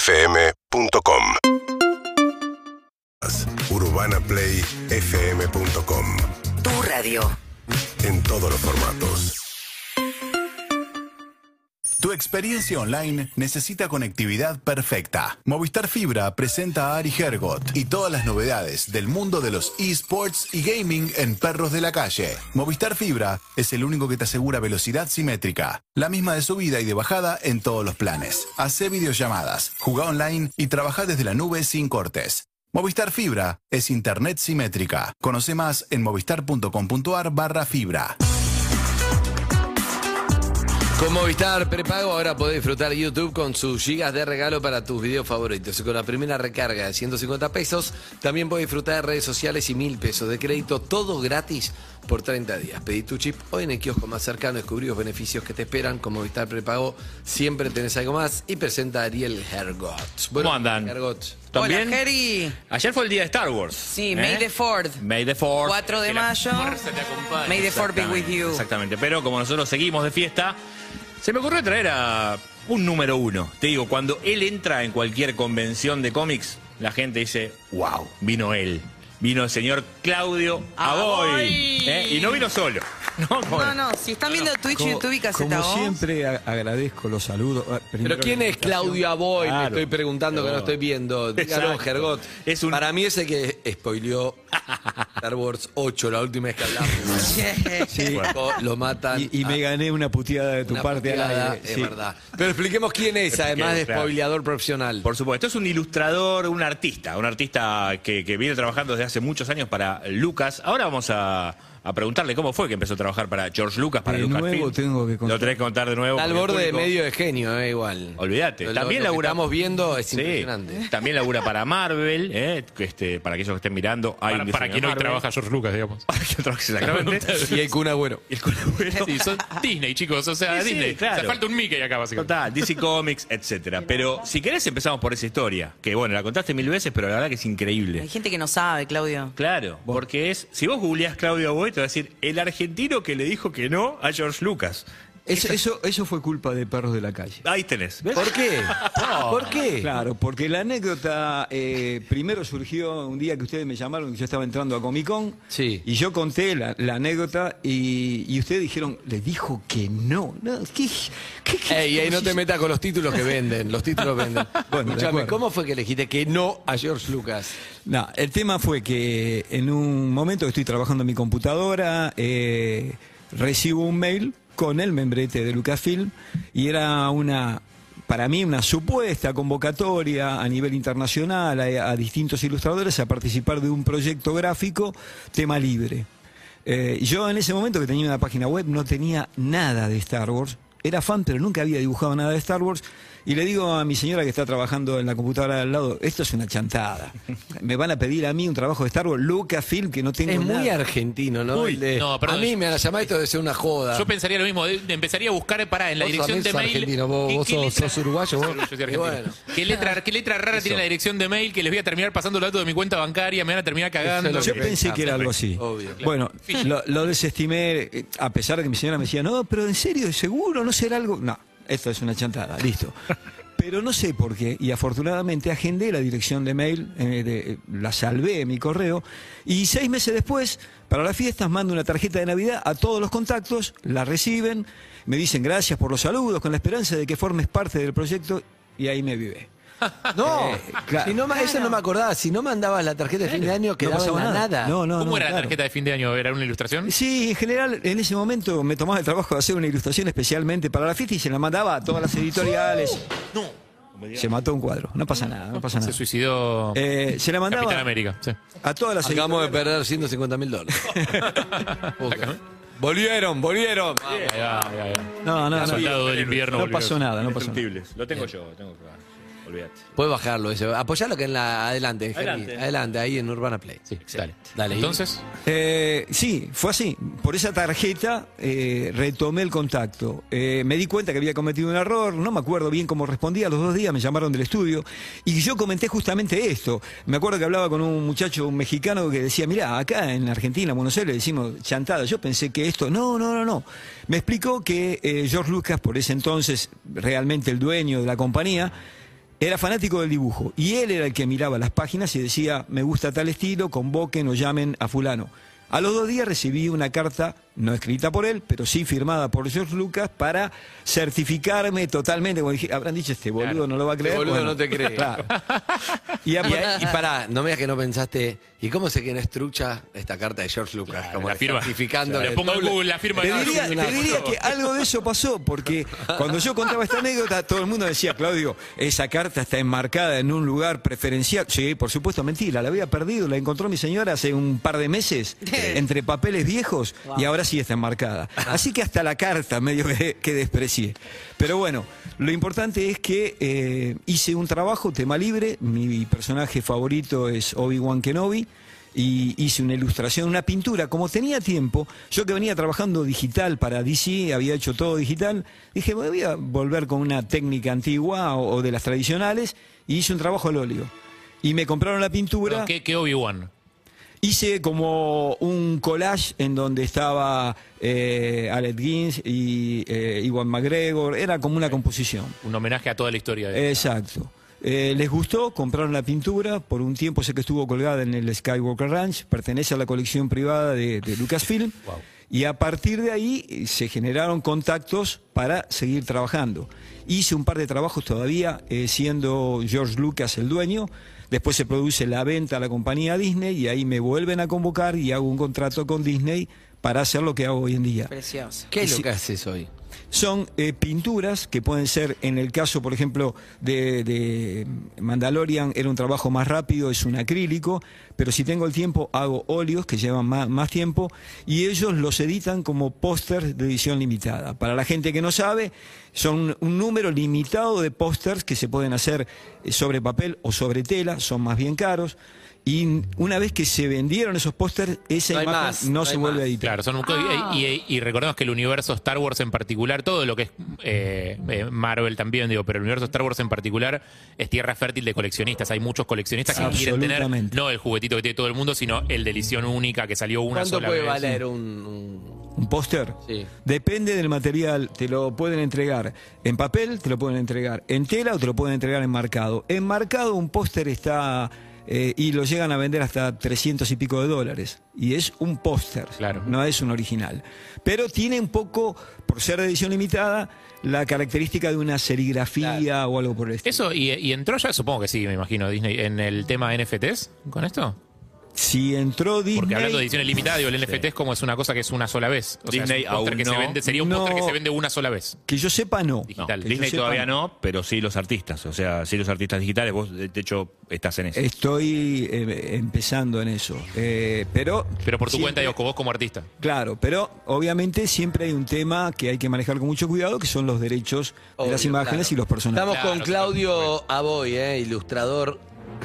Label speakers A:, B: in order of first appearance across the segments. A: UrbanaPlayFM.com UrbanaPlayFM.com
B: Tu radio.
A: En todos los formatos.
C: Tu experiencia online necesita conectividad perfecta. Movistar Fibra presenta a Ari Hergot y todas las novedades del mundo de los esports y gaming en perros de la calle. Movistar Fibra es el único que te asegura velocidad simétrica, la misma de subida y de bajada en todos los planes. Hacé videollamadas, jugá online y trabajá desde la nube sin cortes. Movistar Fibra es internet simétrica. Conoce más en movistar.com.ar barra fibra.
D: Con Movistar Prepago ahora podés disfrutar YouTube con sus gigas de regalo para tus videos favoritos. Y con la primera recarga de 150 pesos, también podés disfrutar de redes sociales y mil pesos de crédito, todo gratis por 30 días. Pedí tu chip hoy en el kiosco más cercano, descubrí los beneficios que te esperan. Con Movistar Prepago siempre tenés algo más. Y presenta a Ariel Hergot.
E: ¿Cómo andan?
D: Hergot.
E: ¿Todo bien?
F: Hola, Jerry.
E: Ayer fue el día de Star Wars. ¿eh?
F: Sí, May the Fourth.
E: May the Fourth.
F: 4 de
E: Que la
F: mayo.
E: fuerza te acompañe.
F: May the Fourth be
E: Exactamente,
F: with you.
E: Exactamente. Pero como nosotros seguimos de fiesta, se me ocurrió traer a un número uno. Te digo, cuando él entra en cualquier convención de cómics, la gente dice, wow, vino él. Vino el señor Claudio Aboy.
F: Aboy.
E: ¿Eh? Y no vino solo. No,
F: No,
E: bueno.
F: no, si están viendo Twitch, YouTube y caseta
G: Como
F: vos.
G: siempre a- agradezco los saludos. Ah, primero
D: Pero ¿quién
G: la
D: es Claudio Aboy? Me
G: Claro.
D: estoy preguntando que no estoy viendo. Dígalo,
E: Exacto.
D: Hergot.
E: Es un-
D: Para mí es el que spoileó Star Wars 8 la última vez que hablamos.
G: Sí.
D: Lo matan.
G: Y, y me
D: a-
G: gané una puteada de tu
D: Ah. Una
G: parte. al
D: puteada,
G: aire,
D: es
G: sí.
D: verdad. Pero expliquemos quién es, además de
E: claro.
D: spoileador profesional.
E: Por supuesto, es un ilustrador, un artista, un artista que, que viene trabajando desde hace muchos años para Lucas. Ahora vamos a, a preguntarle cómo fue que empezó a trabajar para George Lucas, para
G: De
E: Lucas.
G: nuevo tengo que contar.
E: Lo tenés que contar de nuevo.
D: Está al
E: porque el
D: borde de
E: público-
D: medio de genio, eh, igual.
E: Olvídate.
D: Lo- lo-
E: También
D: lo que
E: labura-
D: estamos viendo es
E: Sí.
D: impresionante.
E: También labura para Marvel, ¿eh? Que este, para aquellos que estén mirando. Hay
H: para,
E: un
H: para
E: diseño
H: quien
E: de
H: hoy
E: Marvel.
H: trabaja George Lucas, digamos.
E: Para quien trabaja, exactamente.
D: Y el Kun Agüero.
E: Y el Kun Agüero.
H: Sí, son Disney, chicos, o sea,
E: Sí, sí,
H: Disney.
E: claro.
H: O sea, falta un Mickey acá, básicamente.
E: Total, DC Comics, etcétera. Pero si querés empezamos por esa historia, que bueno, la contaste mil veces, pero la verdad que es increíble.
F: Hay gente que no sabe, Claudio.
E: Claro, porque es, si vos googleás Claudio Aboy, te va a decir el argentino que le dijo que no a George Lucas.
G: Eso, eso, eso fue culpa de perros de la calle.
E: Ahí tenés. ¿ves?
D: ¿Por qué? ¿Por qué?
G: Claro, porque la anécdota eh, primero surgió un día que ustedes me llamaron, yo estaba entrando a Comic Con
D: Sí.
G: y yo conté la, la anécdota y, y ustedes dijeron, le dijo que no. No, ¿qué- qué- qué-
D: Ey, ahí no te metas con los títulos que venden. Los títulos venden.
G: Bueno, de
D: Escuchame,
G: acuerdo.
D: ¿cómo fue que elegiste que no a George Lucas?
G: No, el tema fue que en un momento que estoy trabajando en mi computadora, eh, recibo un mail con el membrete de Lucasfilm y era una, para mí, una supuesta convocatoria a nivel internacional a, a distintos ilustradores a participar de un proyecto gráfico tema libre. Eh, yo en ese momento que tenía una página web no tenía nada de Star Wars. Era fan, pero nunca había dibujado nada de Star Wars. Y le digo a mi señora que está trabajando en la computadora de al lado, esto es una chantada. Me van a pedir a mí un trabajo de Star Wars, Lucasfilm, que no tengo
D: Es muy
G: nada.
D: argentino, ¿no?
H: Uy,
D: El de-
H: no, perdón,
D: a mí
H: yo-
D: me han llamado esto de ser una joda.
H: Yo pensaría lo mismo, de- empezaría a buscar para en la
D: Vos
H: dirección
D: también
H: de
D: sos
H: mail.
D: argentino, vos- vos sos- sos uruguayo, vos.
H: Yo soy
D: Y
H: argentino.
D: bueno.
H: ¿Qué, letra, ¿Qué letra rara tiene la dirección de mail? Que les voy a terminar pasando los datos de mi cuenta bancaria, me van a terminar cagando.
D: lo
G: Yo
D: que
G: pensé que era algo así.
D: Obvio.
G: Bueno, lo, lo desestimé, eh, a pesar de que mi señora me decía, no, pero en serio, seguro, no será algo. No, esto es una chantada, listo. Pero no sé por qué, y afortunadamente agendé la dirección de mail, eh, de- la salvé en mi correo, y seis meses después, para las fiestas, mando una tarjeta de Navidad a todos los contactos, la reciben, me dicen gracias por los saludos, con la esperanza de que formes parte del proyecto, y ahí me vive.
D: No,
G: Eh, claro.
D: si no ma- eso no me acordaba. Si no mandabas la tarjeta de fin de año, quedaba en
G: pasaba
D: la nada.
G: No, no,
H: ¿Cómo
G: no,
H: era la
G: claro.
H: tarjeta de fin de año? ¿Era una ilustración?
G: Sí, en general, en ese momento me tomaba el trabajo de hacer una ilustración especialmente para la fiesta y se la mandaba a todas las editoriales. No. Se mató un cuadro. No pasa nada, no pasa nada.
H: Se suicidó
G: Eh, se la mandaba
H: Capitán América. Sí.
G: a todas las
D: Acabamos de
G: editoriales.
D: perder 150 mil dólares. Puta. volvieron, volvieron.
H: Ahí va, ahí va, ahí va.
G: No, no, no.
H: Soldado del invierno.
G: No pasó
H: volvió.
G: nada, no pasó nada.
E: Indestructibles. Lo tengo yo, tengo que olvídate.
D: Puedes bajarlo eso. Apoyalo que en la. Adelante, Jerry.
E: Adelante.
D: Adelante. ahí en Urbana Play.
H: Sí, dale.
D: Dale, y-
H: Entonces,
G: Eh, sí, fue así. Por esa tarjeta eh, retomé el contacto. Eh, me di cuenta que había cometido un error, no me acuerdo bien cómo respondía. Los dos días me llamaron del estudio y yo comenté justamente esto. Me acuerdo que hablaba con un muchacho, un mexicano, que decía, mirá, acá en Argentina, en Buenos Aires, le decimos chantada. Yo pensé que esto... No, no, no, no. Me explicó que eh, George Lucas, por ese entonces realmente el dueño de la compañía, era fanático del dibujo y él era el que miraba las páginas y decía, me gusta tal estilo, convoquen o llamen a fulano. A los dos días recibí una carta, no escrita por él, pero sí firmada por George Lucas para certificarme totalmente. Como dije, habrán dicho, este boludo no lo va a creer.
D: boludo no te cree.
G: claro. Y, a-
D: Y, ahí- y pará, no me digas que no pensaste. ¿Y cómo sé que no es trucha esta carta de George Lucas? como
H: la firma.
D: certificándole
H: Le pongo en
D: doble-
H: Google la firma.
G: Te
H: de-
G: diría, te diría que algo de eso pasó, porque cuando yo contaba esta anécdota, todo el mundo decía, Claudio, esa carta está enmarcada en un lugar preferencial. Sí, por supuesto, mentira, la había perdido, la encontró mi señora hace un par de meses, entre papeles viejos, y ahora sí está enmarcada. Así que hasta la carta medio que, que desprecié. Pero bueno, lo importante es que eh, hice un trabajo, tema libre, mi personaje favorito es Obi-Wan Kenobi y hice una ilustración, una pintura. Como tenía tiempo, yo que venía trabajando digital para DC, había hecho todo digital, dije, "Bueno, voy a volver con una técnica antigua o, o de las tradicionales, y hice un trabajo al óleo. Y me compraron la pintura.
H: Perdón, ¿Qué, qué Obi-Wan?
G: Hice como un collage en donde estaba eh, Alec Gins y eh, Iwan McGregor. Era como una composición.
H: Un homenaje a toda la historia. De...
G: Exacto. Eh, les gustó, compraron la pintura, por un tiempo sé que estuvo colgada en el Skywalker Ranch, pertenece a la colección privada de, de Lucasfilm, y a partir de ahí eh, se generaron contactos para seguir trabajando. Hice un par de trabajos todavía, eh, siendo George Lucas el dueño, después se produce la venta a la compañía Disney y ahí me vuelven a convocar y hago un contrato con Disney para hacer lo que hago hoy en día.
F: Precioso.
D: ¿Qué es
G: Y
D: lo
G: si-
D: que haces hoy?
G: Son eh, pinturas que pueden ser, en el caso, por ejemplo, de, de Mandalorian, era un trabajo más rápido, es un acrílico, pero si tengo el tiempo hago óleos que llevan más, más tiempo y ellos los editan como pósters de edición limitada. Para la gente que no sabe, son un número limitado de pósters que se pueden hacer eh, sobre papel o sobre tela, son más bien caros. Y una vez que se vendieron esos pósters, esa
D: No hay
G: imagen
D: más,
G: no,
D: no
G: se
D: hay
G: vuelve
D: más. Ah.
G: a editar.
H: Claro, son un co- y, y- y recordemos que el universo Star Wars en particular, todo lo que es eh, eh, Marvel también, digo, pero el universo Star Wars en particular es tierra fértil de coleccionistas. Hay muchos coleccionistas que quieren tener
G: Absolutamente.
H: no el juguetito que tiene todo el mundo, sino el de edición única que salió una
D: ¿Cuánto
H: sola
D: puede
H: vez.
D: valer un- un.?
G: ¿Un póster?
D: Sí.
G: Depende del material. Te lo pueden entregar en papel, te lo pueden entregar en tela o te lo pueden entregar enmarcado. Enmarcado un póster está... eh, y lo llegan a vender hasta 300 y pico de dólares. Y es un póster,
H: Claro.
G: no es un original. Pero tiene un poco, por ser de edición limitada, la característica de una serigrafía o algo por el estilo.
H: Eso, y, y entró ya, supongo que sí, me imagino, Disney, en el tema NFTs con esto.
G: Si entró Disney...
H: Porque hablando de ediciones limitadas, digo, el NFT es como es una cosa que es una sola vez. O sea, es un
E: Disney
H: póster
E: aún
H: que se
E: no.
H: vende, sería un póster que
G: No.
H: se vende una sola vez.
G: Que yo sepa, no.
E: No,
H: Digital.
E: Disney
G: Que yo
E: todavía
G: sepa,
E: no, pero sí los artistas. O sea, sí los artistas digitales. Vos, de de hecho, estás en eso.
G: Estoy eh, empezando en eso. Eh, pero...
H: Pero por tu
G: siempre-
H: cuenta, digo, vos como artista.
G: Claro, pero obviamente siempre hay un tema que hay que manejar con mucho cuidado, que son los derechos de las
D: Obvio,
G: imágenes
D: claro.
G: y los personajes.
D: Estamos con
H: Claro,
D: Claudio Aboy, eh, ilustrador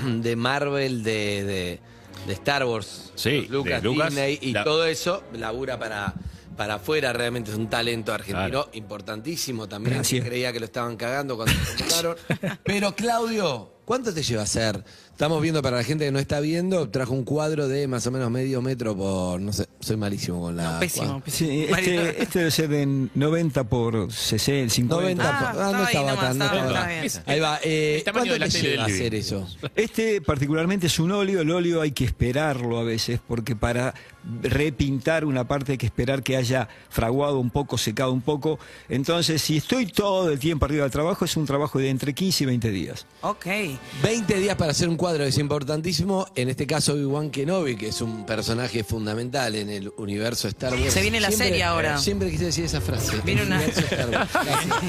D: de Marvel, de, de- de Star Wars,
E: Sí,
D: George Lucas,
E: de Lucas,
D: Disney y
E: la-
D: todo eso. Labura para, para afuera, realmente es un talento argentino
E: Claro.
D: importantísimo también.
G: Gracias.
D: Creía que lo estaban cagando cuando lo convocaron. Pero Claudio, ¿cuánto te lleva a hacer? Estamos viendo para la gente que no está viendo, trajo un cuadro de más o menos medio metro por, no sé, soy malísimo con la...
F: Pésimo.
G: Sí,
F: pésimo. Mariano.
G: este, este debe ser de 90 por 60, 50.
D: 90
F: Ah,
D: por- ah, no
F: estaba ahí
D: estaba
F: nomás,
D: tan, no
F: estaba-
D: estaba
F: estaba
D: tan.
F: bien.
D: Ahí va. eh,
H: El tamaño
D: ¿Cuánto
H: de la
D: te
H: tele
D: lleva a
H: del
D: hacer
H: living.
D: eso?
G: Este particularmente es un óleo, el óleo hay que esperarlo a veces, porque para repintar una parte hay que esperar que haya fraguado un poco, secado un poco. Entonces, si estoy todo el tiempo arriba del trabajo, es un trabajo de entre 15 y 20 días.
F: Ok.
D: 20 días para hacer un cuadro es importantísimo. En este caso, Obi-Wan Kenobi, que es un personaje fundamental en el universo Star Wars.
F: Se viene la
D: Siempre- eh,
F: serie ahora.
D: Siempre quise decir esa frase.
F: Viene una-
D: Universo Star Wars. Gracias.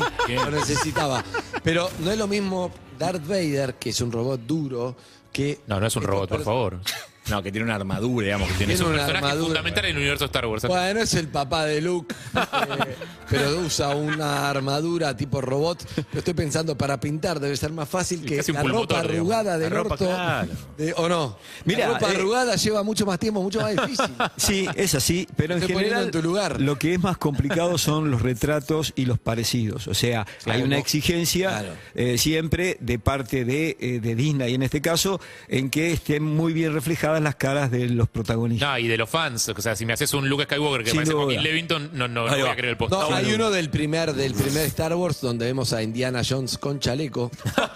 D: Lo necesitaba. Pero no es lo mismo Darth Vader, que es un robot duro, que.
H: No, no es un
D: estos
H: robot, por
D: pers-
H: favor.
E: No, que tiene una armadura, digamos, que tiene
H: Es
D: Tiene
H: un
D: una
H: personaje
D: armadura.
H: fundamental en el universo Star Wars.
D: Bueno, es el papá de Luke, eh, pero usa una armadura tipo robot. Lo estoy pensando para pintar, debe ser más fácil que
H: Casi un
D: la ropa
H: pulmotor, digamos.
D: arrugada del
E: La ropa,
D: orto.
E: claro.
D: de- ¿O no?
G: Mirá,
D: la ropa
G: eh,
D: arrugada lleva mucho más tiempo, mucho más difícil.
G: Sí, es así, pero en
D: Estoy poniendo
G: general
D: en tu lugar.
G: lo que es más complicado son los retratos y los parecidos. O sea,
D: Claro,
G: hay una
D: vos-
G: exigencia
D: claro.
G: eh, siempre de parte de, eh, de Disney, en este caso, en que estén muy bien reflejadas las caras de los protagonistas.
H: No, y de los fans. O sea, si me haces un Luke Skywalker que
G: Sin
H: parece Joaquín
G: duda.
H: Levington, no, no, no
E: Ahí
H: voy
E: va.
H: a creer el
D: No,
H: postor.
D: hay uno del primer, del primer Star Wars donde vemos a Indiana Jones con chaleco.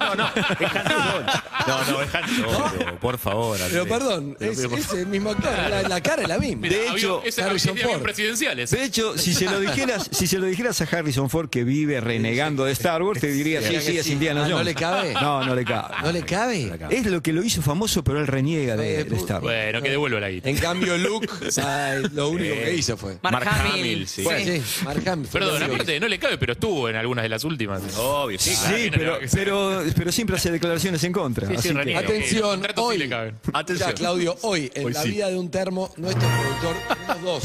E: No, no, es Hans
H: Ah,
E: Bond. No, no, es Hans Bond, por favor.
D: Pero
E: Andrés.
D: perdón,
E: Te lo
D: es,
E: pido por
D: es el mismo actor, la, la cara es la misma.
H: Mirá, había-
G: hecho,
H: ese-
D: Harrison
H: había- había
D: Ford.
H: presidenciales.
G: De hecho, si se lo dijeras, si se lo dijeras a Harrison Ford que vive renegando de Star Wars, te diría, sí,
D: Diría que
G: sí, es
D: sí.
G: Indiana
D: Ah, ¿no
G: Jones.
D: le cabe?
G: No, no le cabe.
D: ¿No le cabe?
G: Es lo que lo hizo famoso, pero él reniega de, de Star Wars.
H: Bueno, que devuelva la guita.
D: En cambio, Luke, ay, lo único que hizo fue.
F: Mark,
E: Mark
F: Hamill.
E: Hamill, sí.
D: Bueno, sí, Mark Hamill fue
H: Perdón,
D: lo único que
H: aparte no le cabe, pero estuvo en algunas de las últimas.
E: Obvio, sí,
D: Ah,
E: claro.
G: Sí,
H: no le va
G: pero,
H: a crecer.
G: pero, pero siempre hace declaraciones en contra.
H: Sí, sí,
G: así que-
H: reniega.
D: Atención,
H: El contrato sí
D: hoy.
H: le cabe.
E: Atención.
D: Ya, Claudio, hoy, en
E: Hoy
D: la
E: sí.
D: vida de un termo, nuestro productor, unos dos.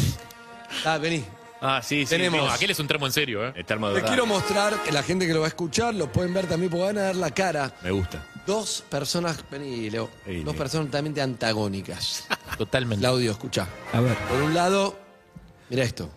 D: Ah, vení.
E: Ah, sí, sí.
D: Tenemos-
E: sí.
H: No, aquel es un tramo en serio, ¿eh?
E: El termo de
D: Les
E: verdad.
D: quiero mostrar, que la gente que lo va a escuchar, lo pueden ver también, porque van a ver la cara.
E: Me gusta.
D: Dos personas, vení, Leo,
E: Sí,
D: dos
E: Leo.
D: personas totalmente antagónicas.
H: Totalmente.
D: Claudio, escucha.
G: A ver.
D: Por un lado, mira esto.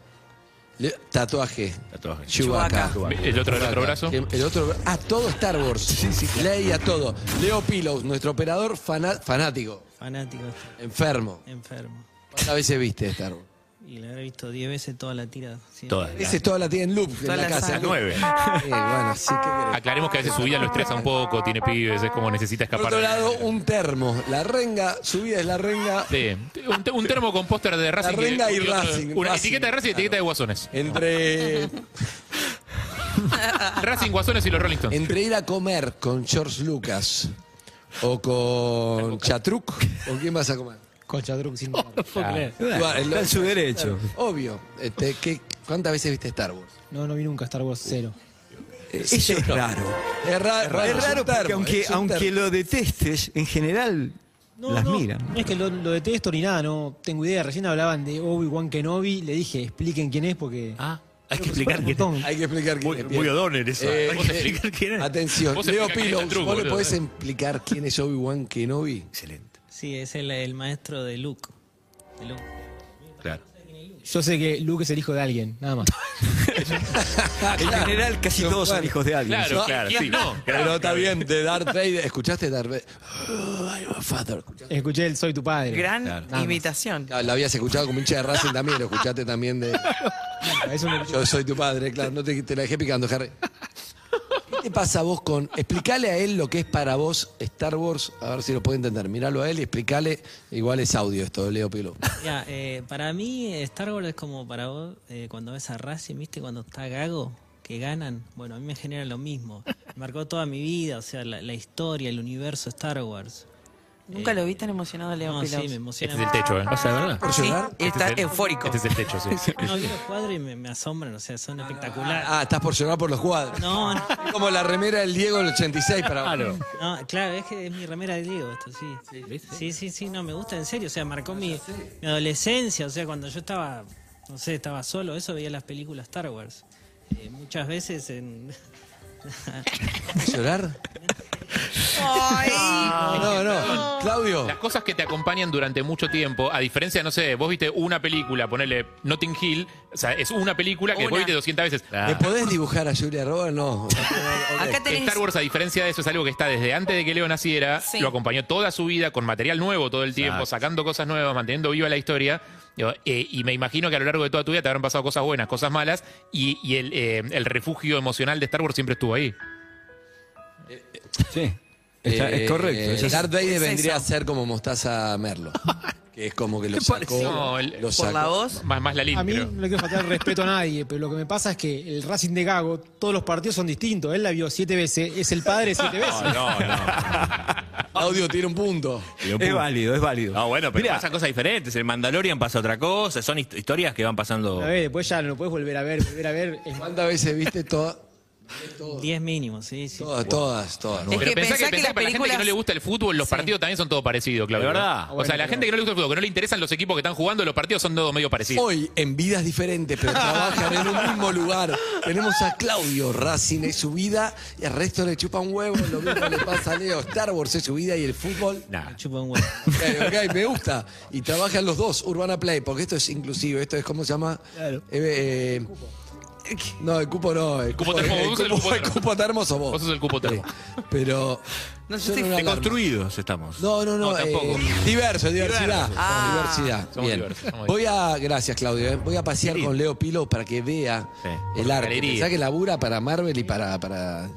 D: Le- tatuaje.
E: Tatuaje.
D: Chewbacca.
H: El otro del otro brazo.
D: Que- El otro, ah, todo Star Wars. Sí, sí, Leía todo. Leo Pilos, nuestro operador fana- fanático,
B: Fanático,
D: enfermo.
B: enfermo.
D: ¿Cuántas veces viste Star Wars?
B: Y la he visto 10 veces toda la tira. sí.
E: Todas.
D: Ese es toda la tiene en loop en
F: Toda
D: la
F: la
D: casa.
F: saga.
E: Nueve.
D: Eh, bueno, sí, ¿qué querés?
H: Aclaremos que a veces su vida lo estresa un poco, tiene pibes, es como necesita
D: Por
H: escapar.
D: otro
H: de-
D: lado, un termo. La renga, su vida es la renga.
H: Sí, un, te- un termo con póster de Racing. que-
D: renga y
H: que otro-
D: Racing,
H: Una
D: Racing,
H: etiqueta de Racing y etiqueta de Guasones.
D: Entre,
H: Racing, Guasones y los Rolling Stones.
D: entre ir a comer con George Lucas o con Chatruc, ¿con quién vas a comer?
B: Con Chadruk, sin duda.
I: Ah.
G: Bueno, Está en su derecho.
D: Ah. Obvio. Este, ¿qué- ¿Cuántas veces viste Star Wars?
B: No, no vi nunca Star Wars cero.
G: Eh, Eso es raro.
D: Es raro,
G: Es raro porque aunque,
D: es un
G: aunque
D: termo.
G: lo detestes, en general
B: No,
G: las
B: no,
G: miran.
B: No es que lo, lo detesto ni nada, no tengo idea. Recién hablaban de Obi-Wan Kenobi, le dije, expliquen quién es porque...
E: Ah, hay que explicar
B: que
E: quién es.
D: Hay que explicar quién
E: Muy-
D: es.
E: muy
D: bien.
E: O'Donnell eso. Hay que explicar quién es.
D: Atención,
H: Vos
D: Leo
H: explicá quién es
D: Pilos,
H: Chatruc,
D: ¿vos le
H: boludo.
D: podés explicar quién es Obi-Wan Kenobi?
E: Excelente.
B: Sí, es el, el maestro de Luke. de Luke.
E: Claro.
B: Yo sé que Luke es el hijo de alguien, nada más.
D: Ah,
G: En general casi
D: Yo,
G: todos son
D: bueno.
G: hijos de alguien.
H: Claro, claro,
E: ¿quién
H: sí.
E: no?
D: Pero está bien, de Darth Vader. ¿Escuchaste Darth Vader? Oh, I'm a father. ¿Escuchaste?
B: Escuché el Soy tu padre.
F: Gran
B: Nada
F: imitación.
D: Ah, La habías escuchado como hincha de Racing también, lo escuchaste también de
B: Eso me-
D: Yo soy tu padre, claro, no te, te la dejé picando, Harry. ¿Qué te pasa a vos con... Explicale a él lo que es para vos Star Wars, a ver si lo puede entender. Míralo a él y explicale, igual es audio esto, Leo Pilos.
B: Mirá, eh, para mí eh, Star Wars es como para vos eh, cuando ves a Racing, ¿viste? Cuando está Gago, que ganan. Bueno, a mí me genera lo mismo. Me marcó toda mi vida, o sea, la, la historia, el universo Star Wars.
F: Nunca lo vi tan emocionado, Leo
B: No,
F: Pilos.
B: sí, me
H: Este
B: emociona.
H: es el techo, ¿eh?
D: ¿Por
F: Sí,
D: llorar?
F: está
H: Este es el-
F: eufórico.
H: Este es el techo, sí.
B: No, vi los cuadros y me, me asombran, o sea, son espectaculares.
D: Ah, estás por llorar por los cuadros.
B: No, no,
D: Es Como la remera del Diego del 86 para vos.
B: no, claro, es que es mi remera de Diego esto, sí. Sí, sí, sí, no, me gusta en serio, o sea, marcó mi, mi adolescencia, o sea, cuando yo estaba, no sé, estaba solo, eso veía las películas Star Wars. Eh, muchas veces en...
D: ¿Llorar?
F: Ay.
D: No, no, no. Claudio.
H: Las cosas que te acompañan durante mucho tiempo, a diferencia, no sé, vos viste una película, ponele Notting Hill, o sea, es una película que
F: Una.
H: vos viste 200 veces.
D: ¿Me podés dibujar a Julia Roberts? No.
F: Acá tenés.
H: Este, Star Wars, a diferencia de eso, es algo que está desde antes de que Leo naciera,
F: Sí.
H: lo acompañó toda su vida con material nuevo todo el tiempo, sacando cosas nuevas, manteniendo viva la historia. Digo, eh, y me imagino que a lo largo de toda tu vida te habrán pasado cosas buenas, cosas malas, y, y el, eh, el refugio emocional de Star Wars siempre estuvo ahí.
G: Sí. Está-
D: Eh,
G: es correcto.
D: eh,
G: eso es-
D: Darth Vader
F: Es
D: vendría
F: eso.
D: a ser como Mostaza Merlo. Que es como que lo sacó.
H: No, el-
D: lo
F: Por la
D: sacó.
F: voz.
H: Más, más la
B: A
H: línea.
B: mí no le quiero faltar el respeto a nadie, pero lo que me pasa es que el Racing de Gago, todos los partidos son distintos. Él la vio siete veces, es el padre siete veces.
E: No, no.
D: Audio tiene un punto.
G: es válido, es válido.
E: No, bueno, pero
G: Mirá,
E: pasan cosas diferentes. El Mandalorian pasa otra cosa. Son hist- historias que van pasando.
B: A ver, después ya no lo puedes volver a ver, volver a ver. Es más,
D: ¿Cuántas veces viste toda?
B: 10 mínimos, sí, sí.
D: Todas, todas, todas.
F: Es
H: Pero
F: que
H: pensá
F: pensá
H: que,
F: que
H: pensá
F: las
H: para la gente que no
F: películas-
H: le gusta el fútbol, los
F: Sí.
H: partidos también son todos parecidos, claro.
E: ¿De verdad?
H: O sea, la gente que no le gusta el fútbol, que no le interesan los equipos que están jugando, los partidos son todos medio parecidos.
D: Hoy, en vidas diferentes, pero trabajan en un mismo lugar. Tenemos a Claudio, Racing es su vida, y al resto le chupan huevos. Lo mismo le pasa a Leo, Star Wars es su vida y el fútbol.
H: Nah.
B: Chupa un huevo.
D: Ok, ok, me gusta. Y trabajan los dos, Urbana Play, porque esto es inclusivo, esto es, ¿cómo se llama?
B: Claro.
D: Eh, eh, no, el cupo no. El
H: Cupo termo, vos sos el
D: el
H: cupo
D: cupo, el
H: termo.
D: cupo termo sos vos.
H: Vos sos el cupo termo.
D: Sí. Pero. No sé
E: Deconstruidos estamos.
D: No, no, no.
H: No, tampoco.
D: eh, diverso, diversidad.
F: Ah.
D: Diversidad.
H: Somos
D: Bien.
H: diversos, somos
D: Voy a. Gracias, Claudio. eh. Voy a pasear con Leo Pilo para que vea
E: Sí.
D: el arte.
H: Galería.
D: Pensá que labura para Marvel y para. para...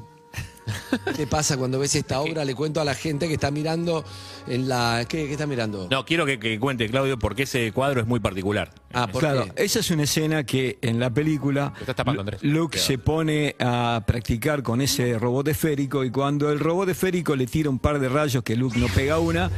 D: ¿Qué te pasa cuando ves esta obra? Le cuento a la gente que está mirando en la. ¿Qué, qué está mirando?
E: No, quiero que, que cuente, Claudio, porque ese cuadro es muy particular.
D: Ah, ¿por
G: claro,
D: qué?
G: esa es una escena que en la película
H: Lo estás tapando, Andrés.
G: Luke se pone a practicar con ese robot esférico y cuando el robot esférico le tira un par de rayos que Luke no pega una,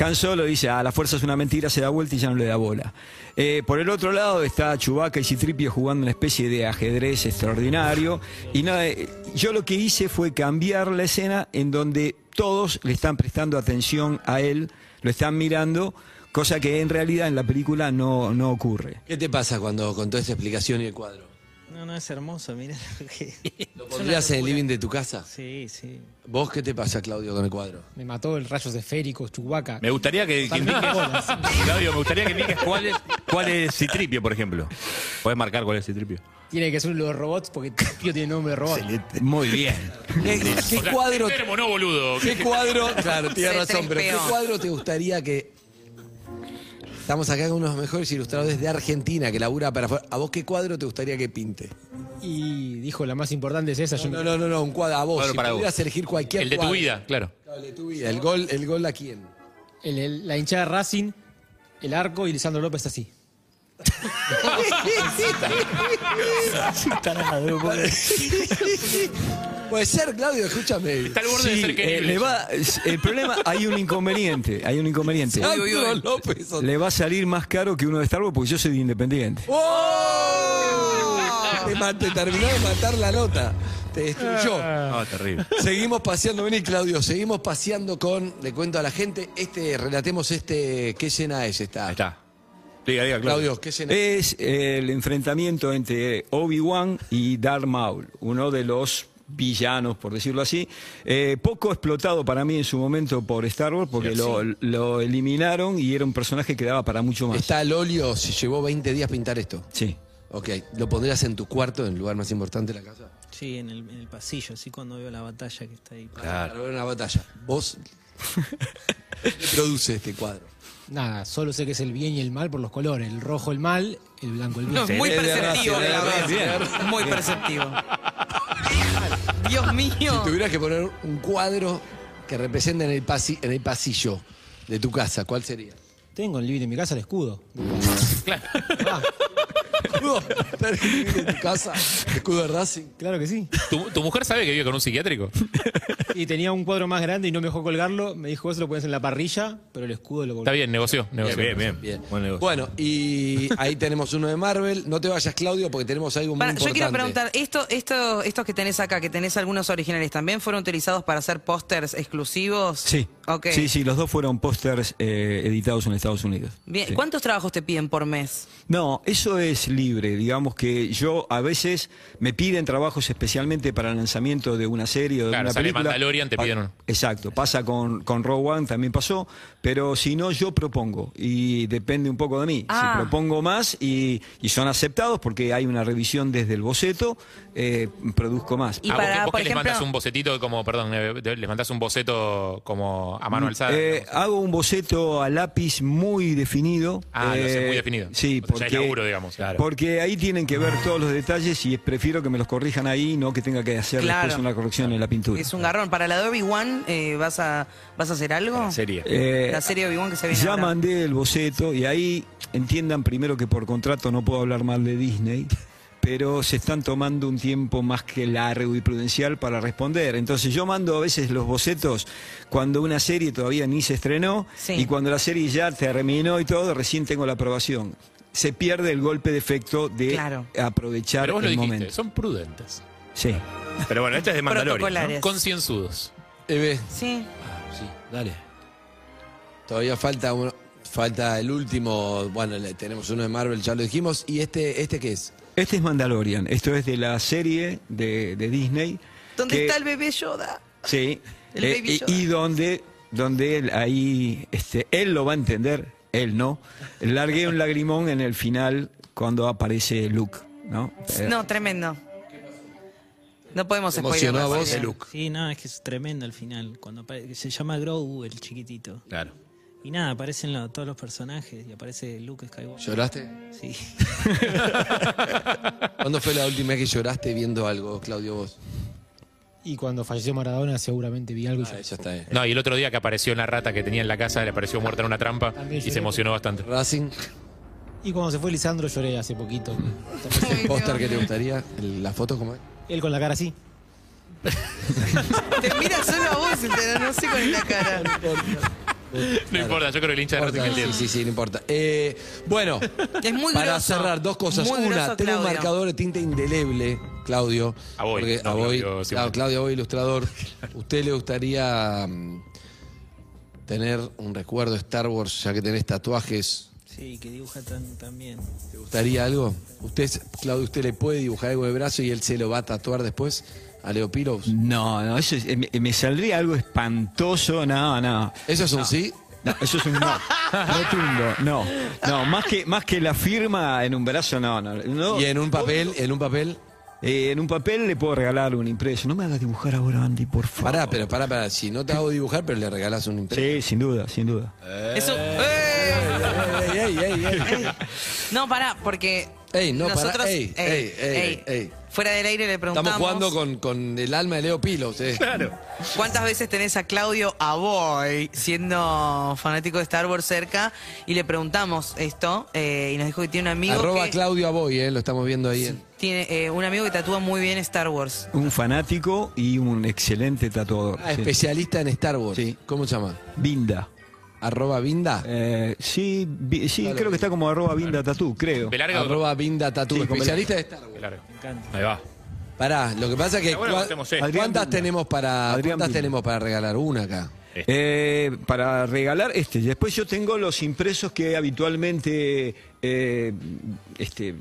G: Han Solo dice, ah, la fuerza es una mentira, se da vuelta y ya no le da bola. Eh, por el otro lado está Chewbacca y Citripio jugando una especie de ajedrez extraordinario y nada, eh, yo lo que hice fue cambiar la escena en donde todos le están prestando atención a él, lo están mirando, cosa que en realidad en la película no, no ocurre.
D: ¿Qué te pasa cuando con toda esta explicación y el cuadro?
B: No, no, es hermoso, mira lo que...
D: ¿Lo pondrías en el living de tu casa?
B: Sí, sí.
D: ¿Vos qué te pasa, Claudio, con el cuadro?
I: Me mató el rayos esféricos, Chubaca.
E: Me gustaría que, que
I: También
E: indiques-
I: bolas.
E: Claudio, me gustaría que indiques cuál es, cuál es Citripio, por ejemplo. ¿Puedes marcar cuál es Citripio?
I: Tiene que ser uno de los robots porque el tío tiene nombre de robot.
E: Eh, Muy bien.
D: ¿Qué, qué
H: O sea,
D: cuadro?
H: enfermo, no, boludo.
D: ¿Qué cuadro? Claro, tienes
F: Se
D: razón, pero ¿qué
F: trespeó.
D: cuadro te gustaría que. Estamos acá con uno de los mejores ilustradores de Argentina que labura para afuera. ¿A vos qué cuadro te gustaría que pinte?
I: Y dijo, la más importante es esa. yo-
D: No, no, no, no, un cuadro a vos.
E: Cuadro
D: si
E: para vos.
D: pudieras elegir cualquier
H: El de tu
D: cuadro.
H: vida, claro.
D: Claro, El de tu vida. ¿El gol, el gol a quién?
I: el- el- la hinchada de Racing, el arco y Lisandro López así.
D: Puede ser, Claudio, escúchame.
H: Está al borde de
G: Sí,
H: ser
G: eh,
H: querible.
G: le va- el problema, hay un inconveniente, hay un inconveniente.
D: Sandro López.
G: Le va a salir más caro que uno de Star Wars porque yo soy de independiente.
D: ¡Oh! Te, ma- te terminó de matar la nota. Te destruyó.
E: No, terrible.
D: Seguimos paseando, vení Claudio, seguimos paseando con, le cuento a la gente, este, relatemos este, ¿qué escena es esta?
E: Ahí está. Diga, diga, Claudio.
D: Claudio, ¿qué escena es?
G: Es eh, el enfrentamiento entre Obi-Wan y Darth Maul, uno de los villanos, por decirlo así, Eh, poco explotado para mí en su momento por Star Wars porque lo, lo eliminaron y era un personaje que daba para mucho más.
D: Está el óleo, se llevó 20 días pintar esto.
G: Sí.
D: Ok, ¿lo pondrías en tu cuarto, en el lugar más importante de la casa?
B: Sí, en el, en el pasillo, así cuando veo la batalla que está ahí.
D: Para ver una batalla. Vos ¿qué produce este cuadro.
I: Nada, solo sé que es el bien y el mal por los colores. El rojo el mal, el blanco el bien.
F: No, es muy
G: debe haber,
F: perceptivo,
G: se debe
F: la
G: haber,
F: verdad.
G: bien.
F: Muy perceptivo. Dios mío.
D: Tuvieras que poner un cuadro que represente en el, pasi- en el pasillo de tu casa, ¿cuál sería?
I: Tengo en el living de mi casa el escudo.
D: ¿Escudo? ¿En tu casa? ¿Escudo de Racing?
I: Claro que sí.
H: ¿Tu, tu mujer sabe que vive con un psiquiátrico?
I: Y tenía un cuadro más grande y no me dejó colgarlo. Me dijo, vos se lo pones en la parrilla, pero el escudo lo
H: Está
I: colgó.
H: bien, negoció. negoció.
E: Bien,
D: Bien.
E: bien, bien. Buen negocio.
D: Bueno, y ahí tenemos uno de Marvel. No te vayas, Claudio, porque tenemos algo muy
F: Pará,
D: importante.
F: yo quiero preguntar, esto, esto, estos que tenés acá, que tenés algunos originales, ¿también fueron utilizados para hacer pósters exclusivos?
G: Sí.
F: Ok.
G: Sí, sí, los dos fueron pósters eh, editados en Estados Unidos.
F: Bien,
G: Sí.
F: ¿cuántos trabajos te piden por mes?
G: No, eso es libre. Digamos que yo a veces me piden trabajos especialmente para el lanzamiento de una serie o de
H: Claro,
G: una
H: sale
G: película.
H: Mandalorian, te
G: Pa-
H: piden uno.
G: Exacto. Pasa con, con Rogue One, también pasó. Pero si no, yo propongo. Y depende un poco de mí.
F: Ah.
G: Si propongo más y, y son aceptados porque hay una revisión desde el boceto, eh, produzco más.
F: Y
H: Ah, vos
F: para,
H: que- vos
F: por
H: que les
F: ejemplo-
H: mandás un bocetito como, perdón, eh, te- les mandás un boceto como a
E: Mm,
H: mano alzada.
G: Eh,
H: digamos.
G: hago un boceto a lápiz muy definido.
H: Ah, lo hace
G: Eh,
H: muy definido.
G: Sí,
H: O sea,
G: porque,
H: es laburo, digamos, claro.
G: porque ahí tienen que ver todos los detalles y es- prefiero que me los corrijan ahí, no que tenga que hacer
F: Claro.
G: después una corrección en la pintura.
F: Es un garrón. ¿Para la de Obi-Wan eh, vas, a, vas a hacer algo?
E: La serie.
G: Eh,
F: La serie Obi-Wan que se viene
G: ya
F: ahora.
G: mandé el boceto y ahí entiendan primero que por contrato no puedo hablar mal de Disney, pero se están tomando un tiempo más que largo y prudencial para responder. Entonces yo mando a veces los bocetos cuando una serie todavía ni se estrenó
F: Sí.
G: y cuando la serie ya terminó y todo, recién tengo la aprobación. Se pierde el golpe de efecto de
F: Claro.
G: aprovechar
H: Pero vos
G: el
H: lo dijiste,
G: momento.
H: son prudentes.
G: Sí.
E: Pero bueno, este es de Mandalorian. ¿no?
F: Protocolares.
H: Concienzudos.
D: Eve, Ah,
F: Sí.
D: sí, dale. Todavía falta uno, falta el último. Bueno, le- tenemos uno de Marvel, ya lo dijimos. ¿Y este, este qué es?
G: Este es Mandalorian. Esto es de la serie de, de Disney.
F: ¿Dónde
G: que-
F: está el bebé Yoda?
G: Sí.
F: El
G: Eh,
F: Baby
G: y-
F: Yoda.
G: y, donde, donde él ahí, este, él lo va a entender, él no. Largué un lagrimón en el final cuando aparece Luke, ¿no? Eh,
F: No, tremendo. No podemos
D: ¿Te emocionó
F: spoilear
D: a
F: la
D: vos?
F: serie.
D: El Luke.
B: Sí, no, es que es tremendo al final. cuando apare- Se llama Grogu, el chiquitito.
E: Claro.
B: Y nada, aparecen lo- todos los personajes y aparece Luke Skywalker.
D: ¿Lloraste?
B: Sí.
D: ¿Cuándo fue la última vez que lloraste viendo algo, Claudio, vos?
I: Y cuando falleció Maradona seguramente vi algo y
D: Ah,
I: yo-
D: ya está. eh.
H: No, y el otro día que apareció la rata que tenía en la casa, le apareció muerta en una trampa y
I: También
H: se
I: lloré.
H: emocionó bastante.
D: Racing,
I: Y cuando se fue Lisandro lloré hace poquito.
D: el póster que te gustaría, el- la foto, ¿cómo es?
I: Él con la cara así.
F: Te mira solo a vos, entera, no sé con la cara.
H: No importa, yo creo que el hincha de Racing
D: Importa,
H: entiende.
D: sí, sí, sí, no importa. Eh, bueno,
F: Es muy
D: para
F: groso.
D: cerrar, dos cosas.
F: Muy
D: Una,
F: groso,
D: tengo un
F: Claudio.
D: marcador de tinta indeleble, Claudio.
H: A Boy,
D: porque-
H: no,
D: a Boy,
H: Claudio siempre.
D: claro, Claudio Boy, ilustrador. ¿Usted le gustaría mm, tener un recuerdo de Star Wars, ya que tenés tatuajes?
B: Sí, que dibuja tan, tan bien.
D: ¿Te gustaría algo? Usted, es- Claudio, usted le puede dibujar algo de brazo y él se lo va a tatuar después a Leo Piros.
G: No, no, eso es- eh, me, me saldría algo espantoso, no, no.
D: ¿Eso es un sí?
G: No, eso es un no. Rotundo, no. No, más que, más que la firma en un brazo, no, no. no.
D: Y en un papel, en un papel.
G: Eh, en un papel le puedo regalar un impreso. No me hagas dibujar ahora, Andy, por favor.
D: Pará, pero pará, pará. Si no te hago dibujar, pero le regalás un impreso.
G: Sí, sin duda, sin duda.
F: Eso. ¡Eh!
D: Ey, ey, ey, ey, ey.
F: No, pará, porque.
D: Ey, no, pará,
F: nosotros,
D: ey, ey, ey, ey.
F: Fuera del aire le preguntamos.
D: Estamos jugando con, con el alma de Leo Pilos. eh.
F: ¿Cuántas veces tenés a Claudio Aboy siendo fanático de Star Wars cerca? Y le preguntamos esto eh, y nos dijo que tiene un amigo
D: Arroba
F: que
D: Claudio Aboy, eh, lo estamos viendo ahí. en-
F: tiene eh, un amigo que tatúa muy bien Star Wars.
G: Un fanático y un excelente tatuador.
D: Ah,
G: sí.
D: especialista en Star Wars.
G: Sí.
D: ¿Cómo se llama?
G: Binda.
D: Arroba Binda.
G: Eh, sí, vi- sí
D: Claro.
G: creo que está como arroba binda tatú, creo.
H: Belarga o-
D: Arroba Binda Tatu.
G: Sí, con
D: especialista de Star Wars.
H: Belarga.
B: Me encanta.
H: Ahí va.
D: Pará, lo que pasa es que.
E: Está bueno
D: cua-
E: que eh. hacemos esto.
D: ¿Cuántas
G: Adrián Binda.
D: tenemos para.
G: Adrián
D: ¿Cuántas
G: Binda.
D: tenemos para regalar? Una acá.
G: Eh, para regalar este. Y Después yo tengo los impresos que habitualmente eh, este,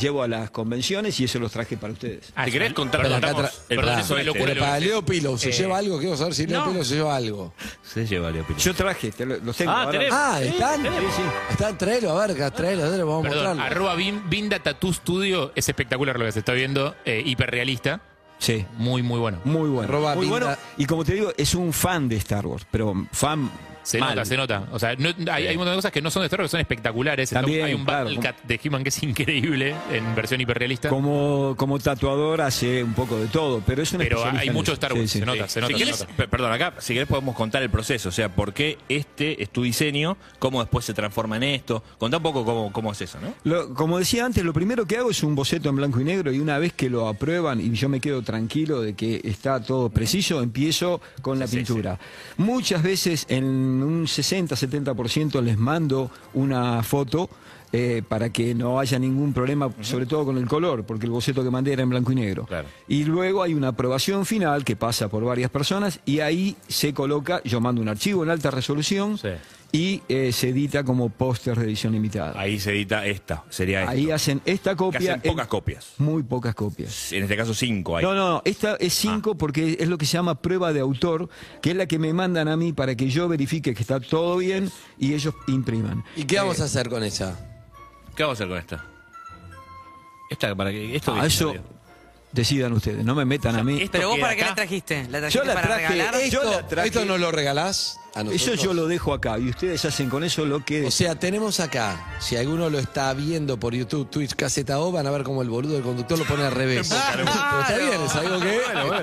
G: llevo a las convenciones y eso los traje para ustedes.
H: Ah,
E: ¿Te querés contar?
H: Perdón,
D: Acá
H: estamos-
D: tra-
H: perdón,
D: Pará,
H: eso es locura.
D: pero
H: lo que
D: para
H: decís.
D: Leo Pilos, ¿se
H: Eh,
D: lleva algo? Quiero saber si Leo Pilos se lleva algo.
E: Se lleva Leo Pilos.
G: Yo traje, te lo- los tengo.
E: Ah,
G: ahora.
E: tenés.
D: Ah, están.
G: Sí, sí.
D: Están, traelo, a ver, acá, traelo, traelo, vamos a
H: Perdón,
D: mostrarlo.
H: arroba Bin- Binda Tattoo Studio. Es espectacular lo que se está viendo. eh, hiperrealista.
G: Sí.
H: Muy, muy bueno.
G: Muy bueno.
D: Arroba
G: muy
D: Binda.
G: bueno. Y como te digo, es un fan de Star Wars, pero fan
H: Se
G: mal.
H: nota, se nota. O sea, no- hay, hay un montón de cosas que no son de Star Wars, que son espectaculares. Está-
G: También,
H: hay un
G: claro.
H: Battle Cat de He-Man que es increíble en versión hiperrealista.
G: Como, como tatuador hace un poco de todo, pero es una
H: Pero hay mucho Star Wars, se nota, se nota.
E: Si
H: se
E: querés-
H: nota.
E: pe- perdón, acá, si querés podemos contar el proceso, o sea, por qué este es tu diseño, cómo después se transforma en esto. Contá un poco cómo, cómo es eso, ¿no?
G: Lo- como decía antes, lo primero que hago es un boceto en blanco y negro y una vez que lo aprueban y yo me quedo tranquilo de que está todo preciso, empiezo con la pintura. Muchas veces en un 60-70% les mando una foto eh, para que no haya ningún problema, sobre todo con el color, porque el boceto que mandé era en blanco y negro.
E: Claro.
G: Y luego hay una aprobación final que pasa por varias personas y ahí se coloca, yo mando un archivo en alta resolución
H: Sí.
G: y eh, se edita como póster de edición limitada.
E: Ahí se edita esta, sería esto.
G: Ahí hacen esta copia.
E: hacen
G: en-
E: pocas copias.
G: Muy pocas copias.
E: En este caso cinco ahí. Ah.
G: No, no, no, esta es 5 porque es lo que se llama prueba de autor, que es la que me mandan a mí para que yo verifique que está todo bien y ellos impriman.
D: ¿Y qué vamos a hacer con ella?
E: Eh, ¿Qué vamos a hacer con esta? Esta para que esto
G: Ah,
E: que-
G: eso decidan ustedes, no me metan a mí.
E: esto
F: Pero vos,
E: queda
F: ¿para qué
E: acá.
F: la trajiste? ¿La trajiste
G: la
F: para
G: traje,
F: regalar?
G: eh, Yo la
D: Esto,
G: traje.
D: esto nos lo regalás a
G: Eso
D: nosotros.
G: yo lo dejo acá y ustedes hacen con eso lo que...
D: O sea, tenemos acá, si alguno lo está viendo por YouTube, Twitch, Caseta O, van a ver como el boludo del conductor lo pone al revés. Pero está bien, es algo que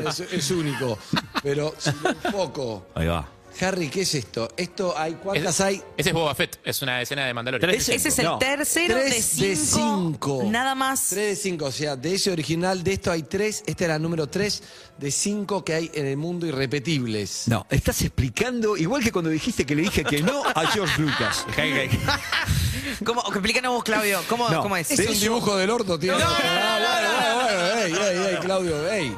D: es, es único. Pero si lo enfoco.
E: Ahí va.
D: Harry, ¿qué es esto? Esto hay cuántas
H: Ese-
D: hay?
H: Ese es Boba Fett, es una escena de Mandalorian.
E: Tres-
F: Ese es el
G: No.
F: tercero de
D: Tres de
F: cinco.
D: cinco.
F: Nada más.
D: 3 de 5, o sea, de ese original, de esto hay 3, esta era número 3 de 5 que hay en el mundo irrepetibles.
G: No, estás explicando, igual que cuando dijiste que le dije que no a George Lucas.
E: Dejá que-
F: ¿Cómo? Explícanos vos, Claudio. ¿Cómo,
G: No,
F: cómo es?
D: Es un dibujo del orto, tiene.
F: No, no, no,
D: Ah, bueno, bueno, bueno, ey, ey, ey, Claudio, ey.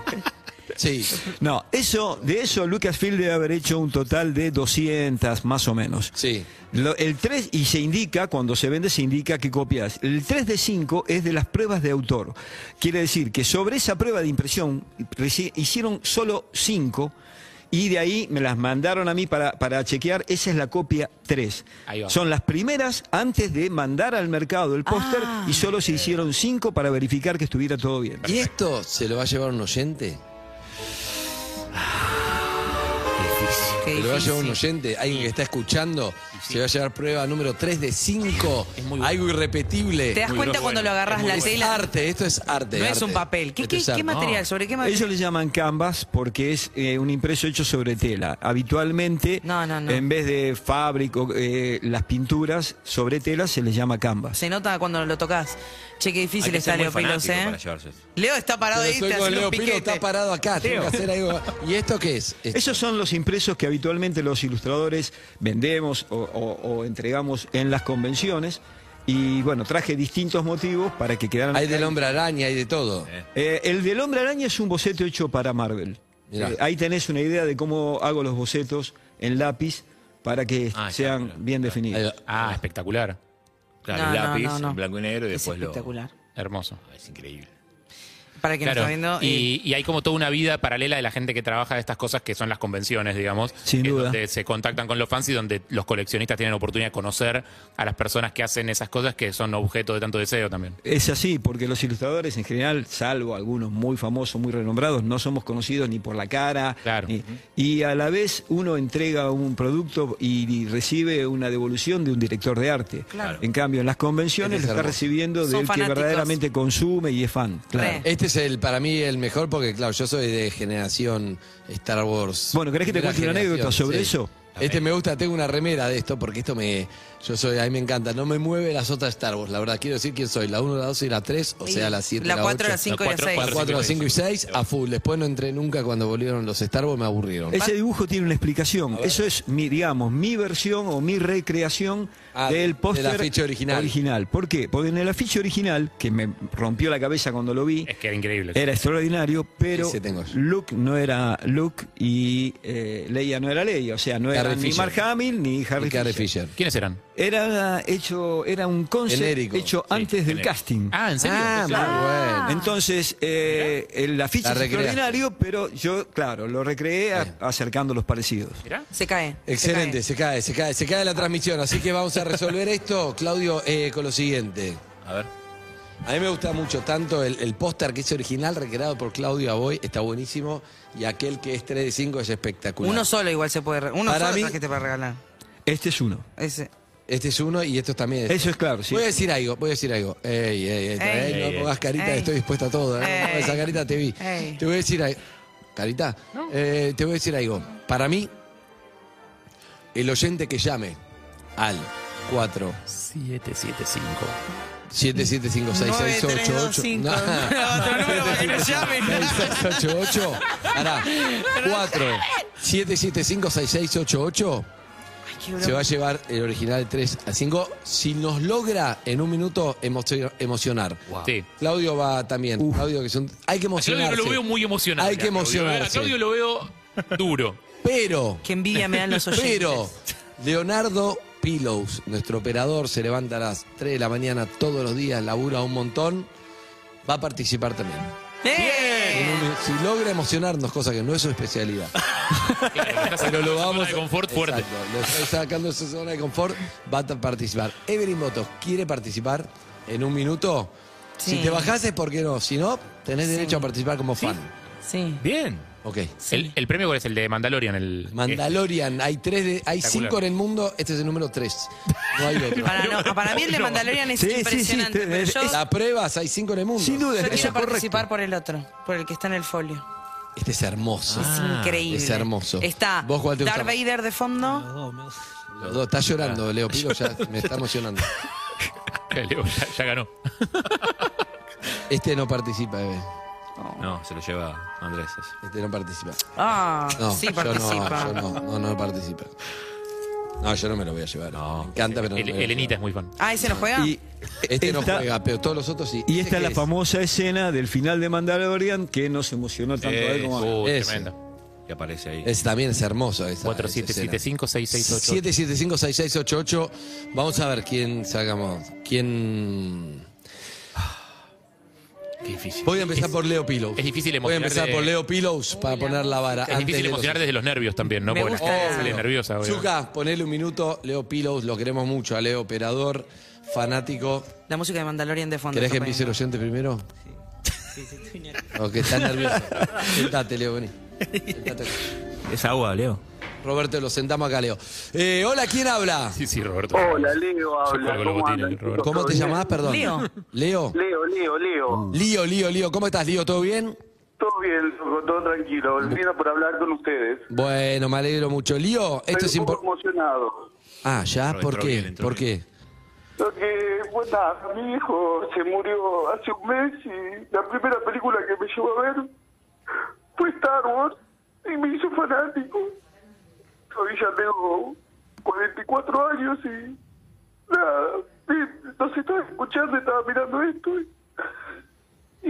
D: Sí.
G: No, eso, de eso Lucasfilm debe haber hecho un total de 200 más o menos.
D: Sí.
G: Lo- el 3, y se indica, cuando se vende, se indica que copias. El 3 de 5 es de las pruebas de autor. Quiere decir que sobre esa prueba de impresión reci- hicieron solo 5 y de ahí me las mandaron a mí para, para chequear. Esa es la copia 3.
H: Ahí va.
G: Son las primeras antes de mandar al mercado el póster
F: Ah.
G: y solo se hicieron 5 para verificar que estuviera todo bien.
D: ¿Y esto se lo va a llevar un oyente?
F: Qué
D: Se lo va a llevar un
F: difícil.
D: oyente, alguien que está escuchando. Se va a llevar prueba número 3 de 5. Algo irrepetible.
F: ¿Te das
D: Muy
F: cuenta cuando lo agarras la
D: bueno.
F: tela?
D: Arte, esto es arte.
F: No es
D: arte.
F: un papel. ¿Qué,
D: Esto
F: qué-
D: es arte.
F: qué material? ¿Sobre qué material?
G: Ellos le llaman canvas porque es eh, un impreso hecho sobre tela. Habitualmente,
F: No, no, no.
G: en vez de fábrico, eh, las pinturas sobre tela se les llama canvas.
F: Se nota cuando lo tocas. Che, qué difícil
E: que ser
F: está
E: muy
F: Leo Pilos,
E: fanático
F: ¿eh?
E: para llevarse eso.
F: Leo está parado
D: Pero
F: ahí,
D: estoy
F: te
D: con
F: hace
D: Leo
F: un
D: Pilo,
F: piquete.
D: está parado acá. Tengo que hacer algo. ¿Y esto qué es? Esto.
G: Esos son los impresos que habitualmente los ilustradores vendemos o, o- o entregamos en las convenciones. Y bueno, traje distintos motivos para que quedaran.
D: Hay del hombre araña, hay de todo.
G: Eh, el del hombre araña es un boceto hecho para Marvel.
D: Mirá.
G: Eh, ahí tenés una idea de cómo hago los bocetos en lápiz para que
E: Ah,
G: sean
E: claro, claro,
G: bien definidos.
D: Ahí va.
H: Ah, espectacular.
E: Claro,
F: No,
E: el
F: no,
E: lápiz,
F: no, no.
E: en blanco y negro
F: Es
E: y después
F: espectacular.
H: Hermoso.
E: lo. Es increíble.
F: Para quien
H: Claro,
F: está viendo. eh,
H: y, y hay como toda una vida paralela de la gente que trabaja de estas cosas que son las convenciones, digamos.
G: Sin
H: en
G: duda.
H: Donde se contactan con los fans y donde los coleccionistas tienen oportunidad de conocer a las personas que hacen esas cosas que son objeto de tanto deseo también.
G: Es así, porque los ilustradores en general, salvo algunos muy famosos, muy renombrados, no somos conocidos ni por la cara.
H: Claro.
G: ni- y a la vez uno entrega un producto y, y recibe una devolución de un director de arte.
F: Claro.
G: En cambio, en las convenciones
D: Es
G: lo está
D: hermoso.
G: recibiendo
F: Son
G: del que
F: fanáticos.
G: verdaderamente consume y es fan.
F: Re.
D: Este es el para mí el mejor porque, claro, yo soy de generación Star Wars.
G: Bueno, ¿querés que te
D: Primera
G: cuente una
D: generación,
G: anécdota sobre
D: sí.
G: eso?
D: Este me gusta, tengo una remera de esto porque esto me. Yo soy, a mí me encanta. No me mueve las otras Star Wars, la verdad. Quiero decir quién soy, la 1, la 2 y la 3, o sea, la 7,
F: La 4,
D: 8,
F: la 5 y la
H: cuatro,
F: 6.
D: La 4, la 5 y 6, a full. Después no entré nunca cuando volvieron los Star Wars, me aburrieron.
G: Ese dibujo tiene una explicación. Eso es, mi, digamos, mi versión o mi recreación
D: Ah, del
G: del póster
D: afiche original.
G: ¿Por qué? Porque en el afiche original, que me rompió la cabeza cuando lo vi,
H: Es que era increíble.
G: era extraordinario, pero
D: Ese tengo yo.
G: Luke no era Luke y eh, Leia no era Leia. O sea, no
D: Carrie
G: era ni
D: Fisher.
G: Mark Hamill ni Harry
D: Y Carrie
G: Fisher.
D: Fisher.
H: ¿Quiénes eran?
G: Era hecho, era un concept
D: Genérico.
G: hecho
E: Sí,
G: antes del
E: genérico.
G: casting.
H: Ah, ¿en serio?
D: Ah,
H: Claro.
D: muy bueno.
G: Entonces, eh, el afiche
D: La
G: es
D: recreaste.
G: extraordinario, pero yo, claro, lo recreé a- acercando los parecidos.
H: Mirá.
F: Se cae. se
D: Excelente,
F: cae.
D: se cae, se cae, se cae la transmisión. Así que vamos a resolver esto, Claudio, eh, con lo siguiente.
E: A ver.
D: A mí me gusta mucho tanto el, el póster que es original, recreado por Claudio Aboy, está buenísimo. Y aquel que es 3 de 5 es espectacular.
F: Uno solo igual se puede. re- Uno
D: Para
F: solo
D: mí-
F: trajiste para regalar.
G: Este es uno.
F: Ese.
D: Este es uno y esto también es.
G: Eso es claro, sí.
D: Voy a decir algo, voy a decir algo. Ey, ey, ey,
F: Ey.
D: ey, no
E: Ey,
D: pongas carita,
F: Ey.
D: estoy dispuesta a todo. ¿eh?
F: Ey.
D: Esa carita te vi.
F: Ey.
D: Te voy a decir algo. Carita, eh, te voy a decir algo. Para mí, el oyente que llame al 4 775
F: 9325. Otro número para que nos llamen.
D: 6688. Pará. 4 775 6688 se va a llevar el original de 3 a 5. Si nos logra en un minuto emocio- emocionar.
H: Sí.
D: Claudio va también. Claudio, que son, hay que
H: A Claudio
D: emocionarse.
H: no lo veo muy emocionado.
D: Hay que
H: emocionar.
D: emocionarse.
H: A Claudio lo veo duro.
D: Pero,
F: Qué envidia me dan los oyentes.
D: pero, Leonardo Pillows, nuestro operador, se levanta a las 3 de la mañana todos los días, labura un montón. Va a participar también.
F: ¡Eh!
D: En
F: ¡Bien!
D: un- Si logra emocionarnos, cosa que no es su especialidad.
H: Pero lo vamos. De confort fuerte.
D: Exacto, lo está sacando de su zona de confort, va a participar. Evelyn Motos quiere participar en un minuto.
F: Sí.
D: Si te bajás es porque no, si no, tenés derecho a participar como fan.
F: Sí.
E: Bien.
D: Ok.
H: El, el premio cuál es el de Mandalorian. El,
D: Mandalorian, hay tres de- hay cinco en el mundo, este es el número tres. No hay otro.
F: Para, no, para mí el de Mandalorian es
G: Sí, sí, sí,
F: impresionante.
G: te-
F: pero
G: es-
F: yo,
G: es-
D: La pruebas, hay cinco en el mundo.
G: Sin duda,
F: yo
G: eso es
F: quiero
G: correcto.
F: participar por el otro, por el que está en el folio.
D: Este es hermoso. Ah,
F: Es increíble.
D: es hermoso.
F: Está
D: ¿Vos cuál te gusta
F: Darth
D: más?
F: Vader de fondo.
B: Los dos, me gusta.
D: Los dos, está llorando, Leo Pico, ya me está emocionando.
H: Leo, ya, ya ganó.
D: Este no participa, Eve.
E: No, se lo lleva Andrés. ese.
D: Este no participa.
F: Ah,
D: No,
F: sí
D: yo
F: participa.
D: No, yo no, no, no participa. No, yo no me lo voy a llevar. Me encanta, pero no me
H: El-
D: lo voy a
H: Elenita es
D: llevar.
H: muy fan.
F: Ah, ese no juega.
G: Y
D: Este no
G: esta-
D: juega, pero todos los otros sí.
G: Y
D: Ese
G: esta es la
D: este que
G: famosa escena del final de Mandalorian que nos emocionó tanto a él como a mí.
H: Uh,
D: ¿eh? Ese.
H: tremendo.
E: que aparece ahí.
D: Es, también es hermoso. Esa,
H: 4775-6688.
D: 775-6688. Vamos a ver quién sacamos. ¿Quién?
E: Qué difícil.
D: Voy a empezar por Leo Pillows.
H: es difícil
D: Voy a empezar
H: emocionar de-
D: por Leo Pillows para poner la vara.
H: Es difícil emocionar desde los nervios también, ¿no?
F: Me
H: Porque la
F: gusta.
H: gente sale nerviosa. obvio.
D: Chuca, ponele un minuto. Leo Pillows, lo queremos mucho. A Leo, operador, fanático.
F: La música de Mandalorian de fondo.
D: ¿Querés que
F: está
D: empiece el
F: poniendo.
D: oyente primero?
B: Sí, sí, estoy nervioso.
D: O que está nervioso. Sentate, Leo, vení. Sentate.
E: Es agua, Leo.
D: Roberto, lo sentamos acá, Leo. Eh, hola, ¿quién habla?
H: Sí, sí, Roberto.
J: Hola, Leo
H: Yo
J: habla.
H: juego con los
J: ¿Cómo
H: botines,
J: andan, chicos?
H: Roberto.
D: ¿Cómo te llamás, perdón?
F: Leo.
D: Leo. Mm.
J: Leo, Leo, Leo.
D: Lío, lío, lío. ¿Cómo estás, Lío? ¿Todo bien?
J: Todo bien, loco, todo tranquilo. Volviendo por hablar con ustedes.
D: Bueno, me alegro mucho. Lío, Oh, esto es
J: Estoy un poco
D: importante.
J: emocionado.
D: Ah, ya,
E: Entró
D: ¿por
E: bien,
D: qué?
E: entró
D: ¿Por
E: bien.
D: qué?
J: Porque, Eh, bueno, nada, mi hijo se murió hace un mes y la primera película que me llevó a ver fue Star Wars y me hizo fanático. Hoy ya tengo 44 años y nada, y los estaba escuchando, estaba mirando esto y,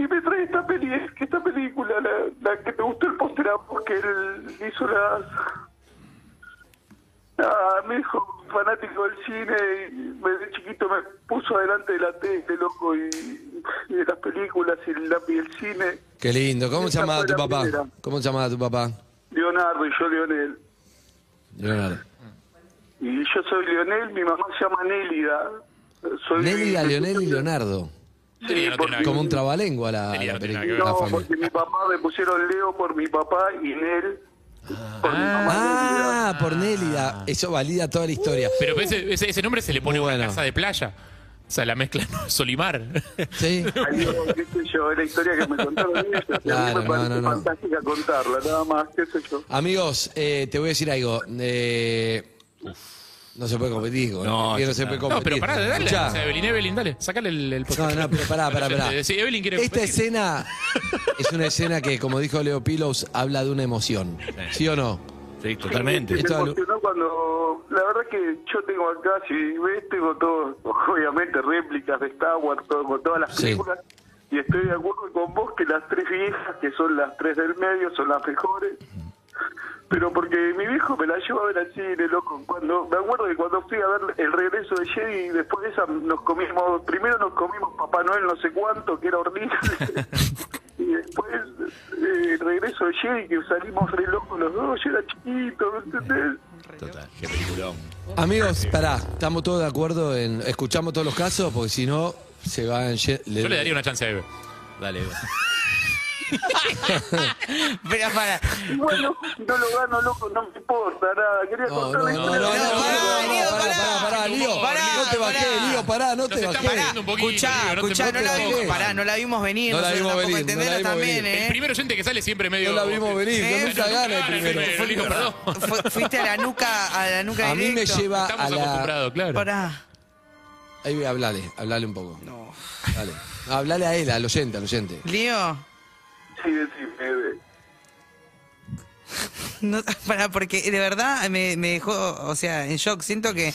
J: y me trae esta, peli, es que esta película, la, la que me gustó el postera porque él hizo las Ah, mi hijo, fanático del cine, y me- de chiquito me puso adelante de la tele, loco, y, y de las películas y el, y el cine.
D: Qué lindo. ¿Cómo se
J: Esta
D: llamaba
J: fue
D: tu
J: la
D: papá?
J: primera.
D: ¿Cómo se llamaba tu papá?
J: Leonardo y yo Leonel.
D: Leonardo.
J: Y yo soy Leonel, mi mamá se llama Nélida. Soy
D: Nélida, Leonel y Leonardo.
J: Sí,
H: Nélida no tiene nada
J: porque,
H: que
D: Como un trabalengua la, la
H: Nélida no tiene
D: película,
H: nada que ver.
D: la
J: no,
D: familia.
J: porque mi papá me pusieron Leo por mi papá y Nel por mi mamá.
D: Ah, por Nélida. Eso valida toda la historia.
H: Pero ese, ese- ese nombre se le pone a
D: Bueno.
H: una casa de playa. O sea, la mezcla ¿no? Solimar.
D: Sí.
J: Algo, qué sé yo, es la historia que me contaron ellos. y a mí
D: Claro,
J: me
D: no,
J: parece
D: no, no.
J: fantástica contarla, nada más, qué sé yo.
D: Amigos, eh, te voy a decir algo. Eh, no se puede competir. con-
E: No,
D: que no
E: ya
D: se
E: está.
D: puede
H: No,
D: competir.
H: pero pará, dale.
D: Escuchá.
H: O sea, Evelyn, Evelyn, dale. Sácale el, el
D: No,
H: podcast.
D: no, pero pará, pará, pará.
H: Sí, Evelyn quiere
D: Esta
H: competir.
D: escena es una escena que, como dijo Leo Pilos, habla de una emoción. ¿Sí o no?
E: Sí,
J: Me
E: totalmente.
D: Esto-
J: emocionó cuando, la verdad que yo tengo acá, si ves, tengo todo, obviamente réplicas de Star Wars, todo, con todas las
D: Sí.
J: películas, y estoy de acuerdo con vos que las tres viejas, que son las tres del medio, son las mejores, pero porque mi viejo me la llevó a ver al cine, loco, cuando, me acuerdo que cuando fui a ver El Regreso de Jedi, después de esa nos comimos, primero nos comimos Papá Noel no sé cuánto, que era horrible, Y después, eh, el regreso de Jedi, que salimos re locos los dos, yo era chiquito, ¿me entendés?
E: Total, qué peliculón.
D: Amigos, pará, estamos todos de acuerdo en. Escuchamos todos los casos, porque si no, se van. ye- le-
H: Yo le daría una chance a Eve.
E: Dale, Eva.
F: Pero para.
J: Y bueno, si no lo gano, loco, no me importa nada. Quería
D: No, no,
J: contar
D: no,
J: la
D: no, no,
J: historia.
D: no,
F: no, pará,
D: pará,
F: Lío,
D: pará, pará, pará, Lío,
H: Pará,
D: no te bajé,
F: pará.
D: Lío, pará, no
H: Nos
D: te
H: estamos
D: bajé.
H: perdiendo un poquito,
F: Escuchá,
H: Diego, no te
F: escuchá, no la
H: preocupes.
F: vimos, pará, no la vimos venir.
D: No la
F: nosotros
D: vimos
F: tampoco
D: venir, no la
F: entendemos
D: vimos
F: también,
D: venir.
H: El
F: ¿eh?
H: primer oyente que sale siempre medio.
D: No la vimos venir,
F: Sí,
D: con mucha
H: no,
D: gana
H: claro,
D: el primero.
H: primero, Lico, perdón.
F: Fu- Fuiste a la nuca, a la nuca
D: A mí me
F: directo.
D: lleva a
H: Estamos
D: la.
H: acostumbrados, claro.
F: Pará.
D: Ahí, hablale, hablale un poco. Dale. No, hablale a él, al oyente, al oyente.
F: Lío.
J: Sí, decime, bebé.
F: No, para, porque de verdad me, me dejó, o sea, en shock. Siento que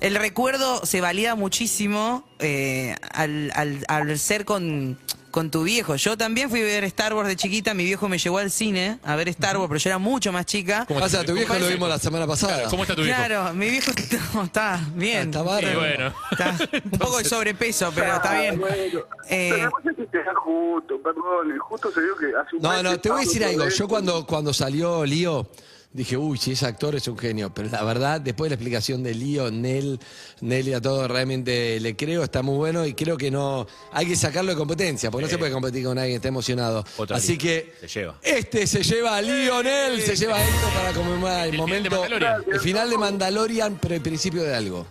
F: el recuerdo se valida muchísimo eh, al, al- al ser con, con tu viejo. Yo también fui a ver Star Wars de chiquita, mi viejo me llevó al cine a ver Star Wars, pero yo era mucho más chica.
H: ¿Cómo
D: Pasa,
H: está
D: a tu viejo lo vimos la semana pasada.
H: ¿Cómo está tu viejo?
F: Claro, mi viejo no, está bien.
D: Está bárbaro.
H: Y bueno.
F: Está un poco de sobrepeso, pero está bien.
J: Ah, Bueno,
F: Eh,
J: pero pasa que te da justo, perdón, eh, justo se dio que hace un
D: No,
J: mes
D: no, te voy
J: estaba
D: a decir
J: todo
D: algo.
J: esto.
D: Yo cuando, cuando salió Lío, dije, uy, si es actor es un genio. Pero la verdad, después de la explicación de Lío, Nel, Nel y a todo, realmente le creo, está muy bueno y creo que no. Hay que sacarlo de competencia, porque no
H: Eh.
D: se puede competir con alguien que está emocionado.
E: Otra
D: Así
E: Lío.
D: que.
E: Se lleva.
D: Este se lleva a Lionel, se lleva esto para conmemorar el,
H: El final de
D: momento.
H: Mandalorian.
D: el final de Mandalorian, pero el principio de algo.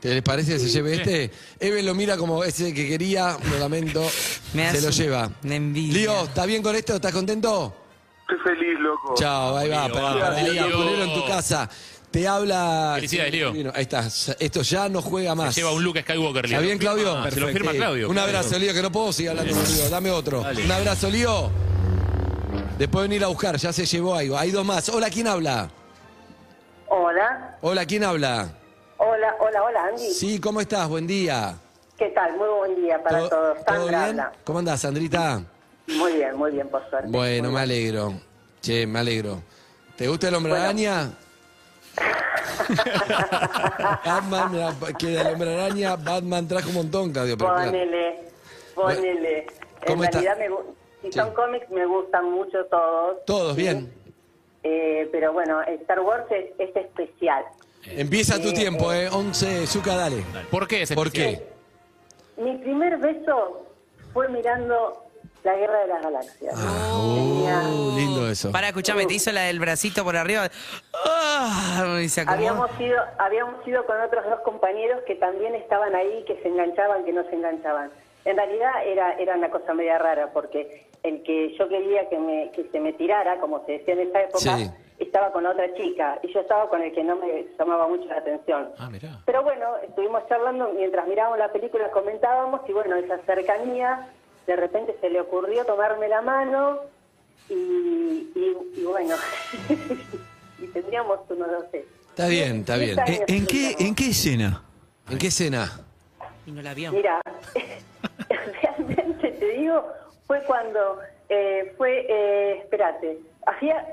D: ¿Te les parece que se lleve este? Eben lo mira como ese que quería, lo lamento.
F: Me
D: se
F: hace
D: lo lleva.
F: una envidia.
D: Lío, ¿estás bien con esto? ¿Estás contento?
J: Estoy feliz, loco.
D: Chao, ahí va,
E: Lío,
D: pará,
E: vamos,
D: pará, ahí va,
H: Lío.
D: ponelo en tu casa. Te habla.
H: Felicidades, Lío.
D: Vino, Ahí está, esto ya no juega más.
H: Lleva un Luke Skywalker.
D: ¿Está
H: Lico.
D: bien, Claudio?
H: Ah, Se lo firma
D: Sí.
H: Claudio.
D: Un abrazo, Lío, que no puedo seguir hablando contigo. Dame otro. Un abrazo, Lío. Después venir a buscar, ya se llevó algo. Hay dos más. Hola, ¿quién habla?
K: Hola,
D: Hola, ¿quién habla?
K: hola, hola, hola Andy.
D: Sí, ¿cómo estás? Buen día.
K: ¿Qué tal? Muy buen día para
D: ¿Todo-
K: todos.
D: todo
K: Sandra
D: bien?
K: habla.
D: ¿Cómo andás, Sandrita?
K: Muy bien, muy bien, por suerte.
D: Bueno, me
K: Muy bien.
D: alegro. Che, me alegro. ¿Te gusta el hombre
K: Bueno.
D: araña? Batman, mira, que el hombre araña, Batman trajo un montón, Claudio. pero claro.
K: Ponele, ponele. En
D: ¿Cómo está?
K: realidad, me, gu- si
D: Sí.
K: son cómics, me gustan mucho todos.
D: Todos
K: ¿sí?
D: bien.
K: Eh, pero bueno, Star Wars es, es especial.
D: Empieza tu
K: Sí,
D: tiempo,
K: eh.
D: ¿eh? 11, Zuka, dale.
H: ¿Por qué? ese
D: ¿Por
H: especial?
D: qué?
K: Mi primer beso fue mirando La Guerra de las Galaxias.
D: Ah. Uh, lindo eso.
F: Para, escuchame, te hizo la del bracito por arriba. Ah, y se acomodó.
K: Habíamos ido, habíamos ido con otros dos compañeros que también estaban ahí, que se enganchaban, que no se enganchaban. En realidad era, era una cosa media rara, porque el que yo quería que, me, que se me tirara, como se decía en esa época,
D: Sí.
K: estaba con otra chica, y yo estaba con el que no me llamaba mucho la atención. Pero bueno, estuvimos charlando, mientras mirábamos la película comentábamos, y bueno, esa cercanía, de repente se le ocurrió tomarme la mano, y, y, y bueno, y tendríamos unos, no sé,
D: Está bien, está bien.
K: Está bien.
G: Eh, ¿En, en qué, ¿En qué escena?
D: ¿En qué escena?
F: Y no la vio.
K: Mira, realmente te digo, fue cuando eh, fue, eh, espérate, hacía,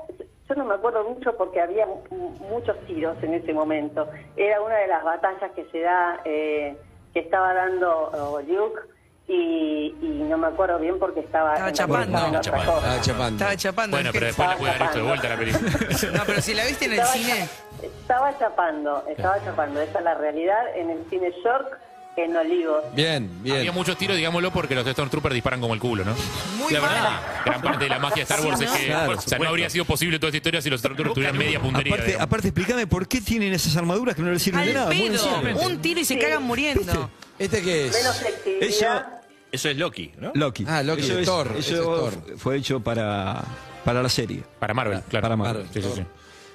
K: yo no me acuerdo mucho porque había mu- mu- muchos tiros en ese momento. Era una de las batallas que se da, eh, que estaba dando oh, Duke y, y no me acuerdo bien porque estaba,
F: Estaba
K: en
F: chapando.
K: realidad estaba en
H: Estaba
K: otra
H: chapando.
K: cosa.
D: Ah, chapando.
F: Estaba chapando.
H: Bueno,
F: es que-
H: pero después la pude haber visto de vuelta la película.
F: No, pero si la viste en el
K: Estaba
F: cine.
K: cha- Estaba chapando, estaba chapando, esa es la realidad en el cine York en Olivos.
D: Bien, bien.
H: Había muchos tiros, digámoslo, porque los Stormtroopers disparan como el culo, ¿no?
F: Muy mal.
H: Gran parte de la magia de Star Wars
F: Sí,
H: es
F: ¿no?
H: que
G: Claro,
H: o sea,
E: supuesto.
H: no habría sido posible toda esta historia si los Stormtroopers tuvieran media puntería.
G: Aparte,
H: digamos.
G: aparte, explícame por qué tienen esas armaduras que no les sirven de
F: Al
G: nada. Muy en
F: pedo.
G: serio.
F: Un tiro y se cagan muriendo.
D: ¿Este qué es?
K: Menos flexibilidad.
G: Eso-
E: Eso es Loki, ¿no?
G: Loki.
D: Ah, Loki,
G: Eso, es-
D: Thor,
G: eso
D: ese es Thor.
G: fue hecho para, para la serie.
H: Para Marvel, claro.
G: Para Marvel.
D: Claro,
H: Sí, sí, sí.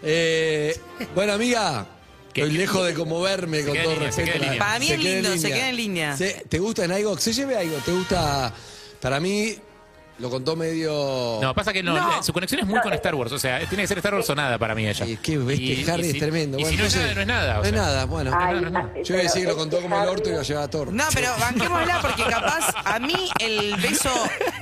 D: Eh, bueno, amiga,
H: ¿Qué?
D: estoy lejos de conmoverme con
H: queda
D: todo
H: en línea, se
D: respeto.
H: queda en
D: La-
H: línea.
F: Para mí
D: se
F: es
D: queda en
F: lindo, se
D: línea.
F: queda en línea.
D: Se- ¿Te gusta en algo? ¿Se lleve algo? ¿Te gusta? Para mí, lo contó medio.
H: No, pasa que no, la- su conexión es muy con Star Wars. O sea, tiene que ser Star Wars o nada para mí ella.
D: Y qué bestia,
H: Y-
D: Harry
H: y si-
D: es tremendo.
H: Y si
D: Bueno,
H: no es
D: sé.
H: nada, no es nada. o
D: No es
H: sea.
D: nada, bueno.
K: Ay,
H: no, no.
K: ay,
D: Yo iba a decir que lo
K: pero
D: contó
K: es
D: como el orto y
K: Harry.
D: lo llevaba a Thor.
F: No, pero banquémosla porque capaz a mí el beso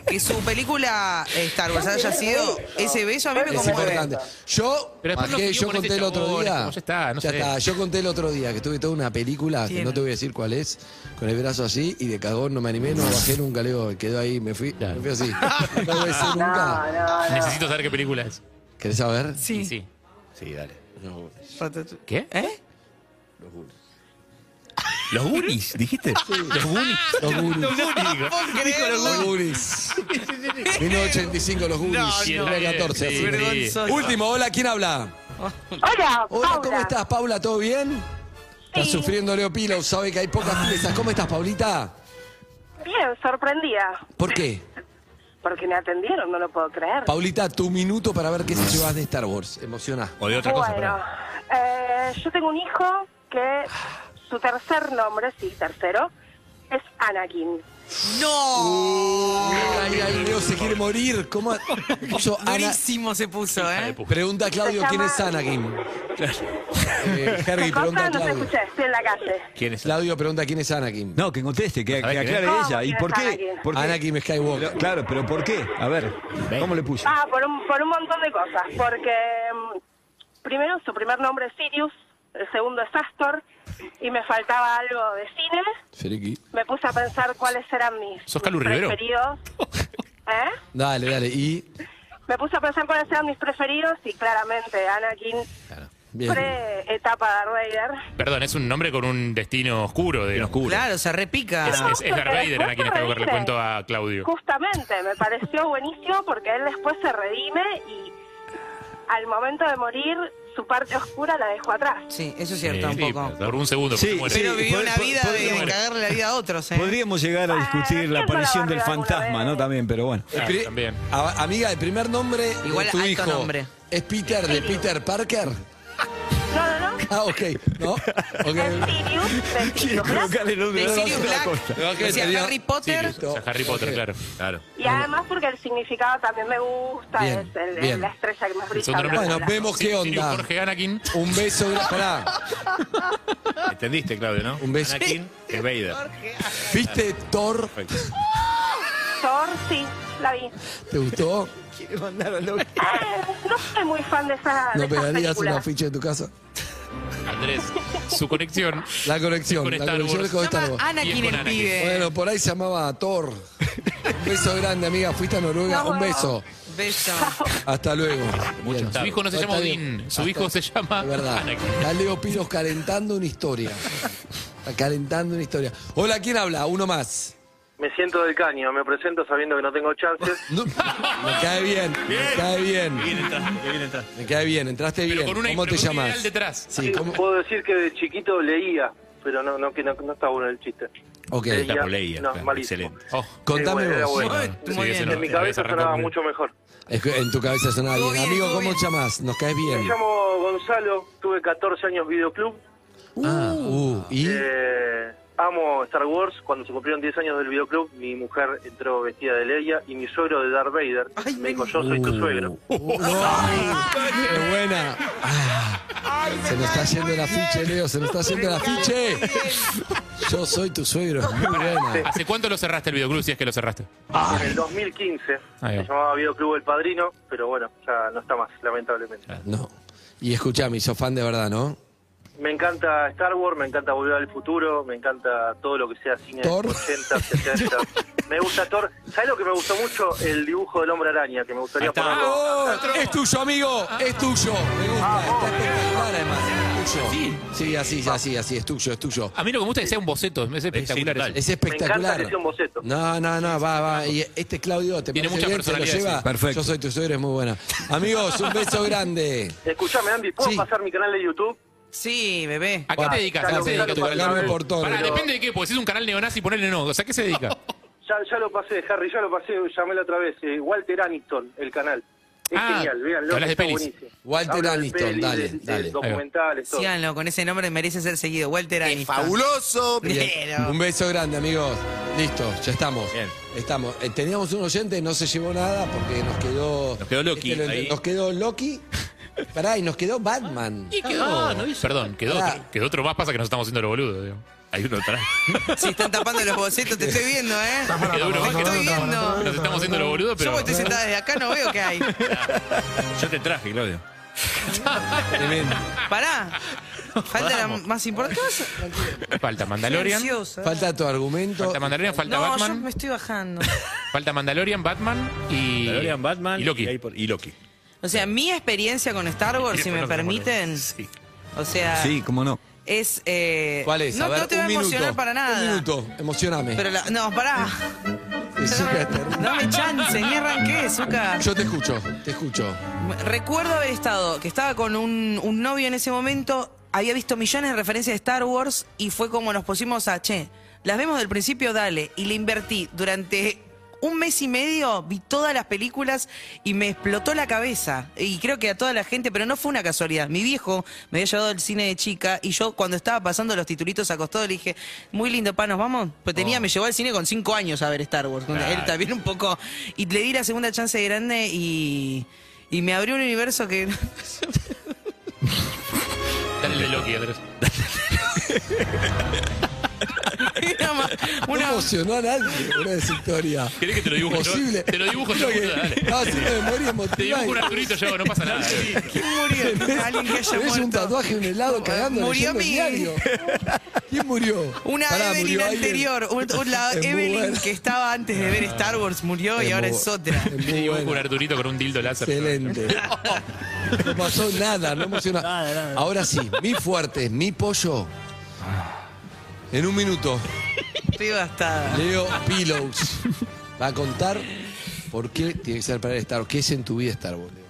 F: que su película eh, Star Wars haya sido, ese beso a mí me
D: Es
F: conmueve.
D: importante. Yo,
H: Pero después
D: bajé,
H: lo siguió
D: yo
H: con
D: conté
H: ese
D: el otro
H: chabón, es
D: día.
H: como, ya está, no sé.
D: Yo conté el otro día que tuve toda una película, que
F: Tiene.
D: no te voy a decir cuál es, con el brazo así y de cagón no me animé, no bajé nunca, Leo. Quedó ahí, me fui,
H: Claro.
D: me fui así. No lo voy a decir
K: No,
D: nunca.
K: no, no.
H: Necesito saber qué película es.
D: ¿Querés saber?
H: Y
F: Sí.
H: sí.
E: Sí, dale.
H: ¿Qué?
F: ¿Eh?
E: ¿Los Goonies, dijiste? Los Goonies.
D: Los Goonies.
H: Digo,
F: Dijo lo
D: Los Goonies. 1985, los Goonies.
H: sí, está bien,
D: 2014,
H: sí,
D: así.
H: sí.
F: Vergonzoso.
D: Último, hola, ¿quién habla?
K: Hola,
D: Hola,
K: Paula.
D: ¿cómo estás, Paula? ¿Todo bien? Estás sufriendo Leo Pilo, sabe que hay pocas piezas. ¿Cómo estás, Paulita?
K: Bien, sorprendida.
D: ¿Por qué?
K: Porque me atendieron, no lo puedo creer.
D: Paulita, tu minuto para ver qué se llevas de Star Wars. Emociona.
E: O de otra cosa,
K: bueno,
E: perdón.
K: eh, yo tengo un hijo que su tercer nombre, sí, tercero, es Anakin.
D: Ay, ay, Leo se quiere morir. ¿Cómo? Puso Ana-
F: Durísimo se puso,
H: Hija de
F: ¿eh?
H: puta.
D: Pregunta a Claudio
K: Se
D: quién
K: llama-
D: es Anakin. Eh, Harry,
K: ¿Qué cosa?
D: pregunta a
K: No te
D: Claudio.
K: escuché, estoy en la calle.
E: ¿Quién es?
D: Claudio pregunta quién es Anakin.
G: No, que conteste, que, que
H: quién es?
G: aclare
K: ¿Cómo
G: ella. ¿Y
K: quién
G: por
K: es
G: qué?
K: Anakin?
G: ¿Por qué?
D: Anakin Skywalker.
G: Pero, Claro, pero ¿por qué? A ver, ¿cómo le puso?
K: Ah, por un, por un montón de cosas. Porque mm, primero su primer nombre es Sirius, el segundo es Astor, y me faltaba algo de cine.
D: Friki.
K: Me puse a pensar cuáles eran mis,
H: ¿Sos
K: mis
H: Calu Rivero?
K: preferidos. ¿Eh?
D: Dale, dale. Y.
K: Me puse a pensar cuáles eran mis preferidos y claramente Anakin,
D: Bien.
K: pre-etapa Darth Vader.
H: Perdón, es un nombre con un destino oscuro. De oscuro.
F: Claro, se repica.
H: Es, es, es Darth Vader,
K: Después
H: Anakin
K: se
H: Skywalker, le
K: redime.
H: cuento a Claudio.
K: Justamente, me pareció buenísimo porque él después se redime y al momento de morir su parte oscura la dejó atrás.
F: Sí, eso es cierto,
H: Sí,
F: un poco.
H: por un segundo,
G: Sí,
H: porque muere.
G: sí.
F: Pero vivió
G: pod-
F: una
G: pod-
F: vida de
G: podríamos-
F: cagarle la vida a otros, ¿eh?
G: Podríamos llegar a discutir la
K: ¿quién no la
G: aparición del
K: barrió alguna
G: fantasma,
K: vez?
G: ¿no? También, pero bueno.
D: El
H: Ah,
D: pri-
H: también.
D: A- amiga, el primer nombre
F: Igual
D: de tu
F: alto
D: hijo
F: nombre.
D: es Peter de Peter Parker.
L: No, no, no.
D: Ah, ok. No.
L: En Sirius, en Sirius Black.
F: De Sirius Black. O sea, Harry Potter.
H: O sea, Harry Potter, claro.
D: Claro.
L: Y además porque el significado también me gusta,
D: Bien,
L: es el-
D: bien.
L: la estrella que más brilla.
H: otro
L: bla, bla,
D: Bueno,
L: bla.
D: vemos qué
H: Sirius
D: onda.
H: Jorge Anakin.
D: Un beso. gra- Pará.
E: ¿Entendiste, Claudio, no?
D: Un beso.
E: Anakin es Vader.
D: ¿Viste Thor?
E: Perfecto.
L: Thor, sí, la vi.
D: ¿Te gustó?
L: No soy muy fan de esa Ah, de
D: ¿No
L: esas
D: pegarías
L: películas.
D: una ficha en tu casa?
H: Andrés, su conexión.
D: La conexión.
H: Con
D: La
H: Star
D: conexión
H: Wars.
D: con Star Wars.
F: Anakin
H: Bien con
F: el
H: Anakin.
F: pibe.
D: Bueno, por ahí se llamaba Thor. Un beso grande, amiga. Fuiste a Noruega.
L: No,
D: Un
L: bueno.
D: beso.
F: Beso.
D: Hasta luego. Bien.
H: Su hijo no se
D: Está
H: llama
D: bien.
H: Odín, su hijo se llama
D: Es verdad.
H: Anakin.
D: Está Leo Piros calentando una historia. Está calentando una historia. Hola, ¿quién habla? Uno más.
M: Me siento del caño, me presento sabiendo que no tengo chances.
D: No, me cae bien, me cae bien. Me cae bien, entraste
H: Pero
D: bien.
H: con una
D: ¿Cómo te
H: pero con un
D: llamas?
H: ideal detrás.
D: Sí, ¿cómo?
M: Puedo decir que de chiquito leía, pero no, no, que no, no está bueno el chiste.
D: Ok,
E: Está por ley,
M: no,
E: claro,
M: malísimo.
E: excelente.
H: Oh,
D: contame
M: Era
D: vos.
M: bueno.
H: sí,
F: Muy
H: ese
F: bien.
H: no,
M: En mi
H: ese
M: cabeza
H: arrancó
M: sonaba
H: muy-
M: mucho mejor.
D: Es que en tu cabeza sonaba
F: Todo
D: bien.
F: bien,
D: Amigo,
F: todo
D: ¿cómo
F: bien.
D: te llamas? Nos caes
M: Me
D: bien.
M: llamo Gonzalo, tuve 14 años videoclub.
D: Ah, uh, ¿y?
M: Eh, amo Star Wars. Cuando se cumplieron 10 años del videoclub, mi mujer entró vestida de Leia y mi suegro de Darth Vader. me dijo, yo soy tu suegro.
D: Uh, ¡Qué buena! Ah, se nos está haciendo la ficha, Leo, se nos está haciendo la ficha. Yo soy tu suegro. Muy buena.
H: ¿Hace cuánto lo cerraste el videoclub si es que lo cerraste?
M: En el 2015
H: Ah. Ahí va.
M: se llamaba Videoclub El Padrino, pero bueno, ya no está más, lamentablemente.
D: No. Y escuchame, sos fan de verdad, ¿no?
M: Me encanta Star Wars, me encanta Volver al Futuro, me encanta todo lo que sea cine de
D: Thor.
M: 80, 70. Me gusta Thor. ¿Sabes lo que me gustó mucho? El dibujo del Hombre Araña, que me gustaría
H: Ah,
M: ponerlo.
D: ¡Oh! Es tuyo, amigo, es tuyo. Me
M: Ah,
D: gusta, está espectacular además. Es tuyo. Sí, así, así, así, es tuyo, es tuyo.
H: A mí lo que me gusta es que sea un boceto, es espectacular.
E: total.
H: eso.
D: Es
M: Me encanta
D: espectacular.
M: que sea un boceto.
D: No, no, no, va, va. Y este Claudio te
H: Tiene
D: parece
H: mucha
D: bien, ¿Te lo
H: personalidad,
D: lleva.
H: sí.
G: Perfecto.
D: Yo soy tu suegro, es muy buena. Amigos, un beso grande.
M: Escuchame, Andy, ¿puedo
D: Sí.
M: pasar mi canal de YouTube?
F: Sí, bebé.
H: ¿A qué te dedicas? ¿A qué
M: ya
H: se
M: lo-
H: dedica
M: ya
H: tu
M: lo-
H: canal?
D: Carmen Portón.
H: Pará,
M: Pero-
H: depende de qué, porque si es un canal neonazi, ponele no. O sea, ¿qué se dedica?
M: Ya, ya lo pasé, Harry, ya lo pasé, llamé la otra vez. eh, Walter Aniston, el canal. Es
H: Ah,
M: genial, véanlo,
H: hablas de
M: está
H: pelis.
M: buenísimo.
D: Walter
M: Hablo de
D: Aniston,
M: pelis,
D: dale,
M: de- de
D: dale.
M: documentales, todo.
F: Síganlo, con ese nombre merece ser seguido. Walter Aniston.
D: ¡Fabuloso!
F: Pero-
D: Un beso grande, amigos. Listo, ya estamos.
E: Bien.
D: Estamos. Eh, teníamos un oyente, no se llevó nada porque nos quedó. este
E: Nos quedó Loki,
D: lo-
E: ahí.
D: nos quedó Loki. Pará, y nos quedó Batman.
H: Y quedó. Oh, Perdón, quedó
D: Pará.
H: otro, quedó otro más, pasa que nos estamos haciendo los boludos. digo.
E: Hay uno atrás.
F: Si están tapando los bocetos, te estoy viendo, ¿eh?
H: Quedó uno más que
F: Estoy
H: nos-
F: viendo.
H: Nos estamos haciendo los boludos,
F: Yo
H: pero.
F: porque estoy sentada desde acá, no veo qué hay.
E: Yo te traje, Claudio.
D: Tremendo.
F: Pará. Falta la más importante.
H: Falta Mandalorian.
F: Ansiosa.
D: Falta tu argumento.
H: Falta Mandalorian, falta
F: No, yo
H: Batman.
F: me estoy bajando.
H: Falta Mandalorian, Batman y.
E: Mandalorian, Batman
H: y Loki.
E: ahí por- y Loki.
F: O sea, mi experiencia con Star Wars, si me permiten. O sea,
G: Sí, cómo no.
F: es. eh,
D: ¿Cuál es?
F: No,
D: a ver,
F: no te va a
D: un
F: emocionar
D: minuto.
F: para
D: Un
F: nada.
D: minuto, emocioname.
F: Pero la- no, pará.
D: Sí, sí, que te-
F: Dame chance, ni arranqué, Zuka.
D: Yo te escucho, te escucho.
F: Recuerdo haber estado, que estaba con un, un novio en ese momento, había visto millones de referencias de Star Wars y fue como nos pusimos a, che, las vemos del principio, dale. Y le invertí durante un mes y medio, vi todas las películas y me explotó la cabeza. Y creo que a toda la gente, pero no fue una casualidad. Mi viejo me había llevado al cine de chica y yo cuando estaba pasando los titulitos acostado le dije, muy lindo, pa, nos vamos. Pues tenía, me llevó al cine con cinco años a ver Star Wars. Él también un poco... Y le di la segunda chance de grande y... Y me abrió un universo que.
H: Dale el de Loki, Andrés.
F: era más-
D: No
F: una-
D: emocionó a nadie con esa historia.
H: ¿Querés que te lo dibuje yo?
D: Imposible.
H: Te lo dibujo yo,
D: Creo que
H: boludo, dale.
D: Estaba haciendo memoria
H: Te dibujo un
D: emotiva.
H: arturito, yo, no pasa nada. eh.
F: ¿Quién murió? Alguien que haya
D: Es un
F: muerto. Eh,
D: tatuaje en un helado cagando
F: Murió
D: leyendo el
F: mi-
D: diario. ¿Quién murió?
F: Una
D: Pará,
F: Evelyn
D: murió alguien.
F: anterior. un- un- la
D: Es muy
F: Evelyn
D: buena.
F: que estaba antes de ver Star Wars murió y
D: Es
F: ahora
D: muy-
F: es otra.
D: es muy
H: Te dibujo
D: buena.
H: un arturito con un dildo láser.
D: Excelente. No pasó nada, no emocionó. Ahora sí, mi fuerte, mi pollo. En un minuto,
F: Estoy gastada.
D: Leo Pillows va a contar por qué tiene que ser para el Star Wars. ¿Qué es en tu vida Star Wars, Leo?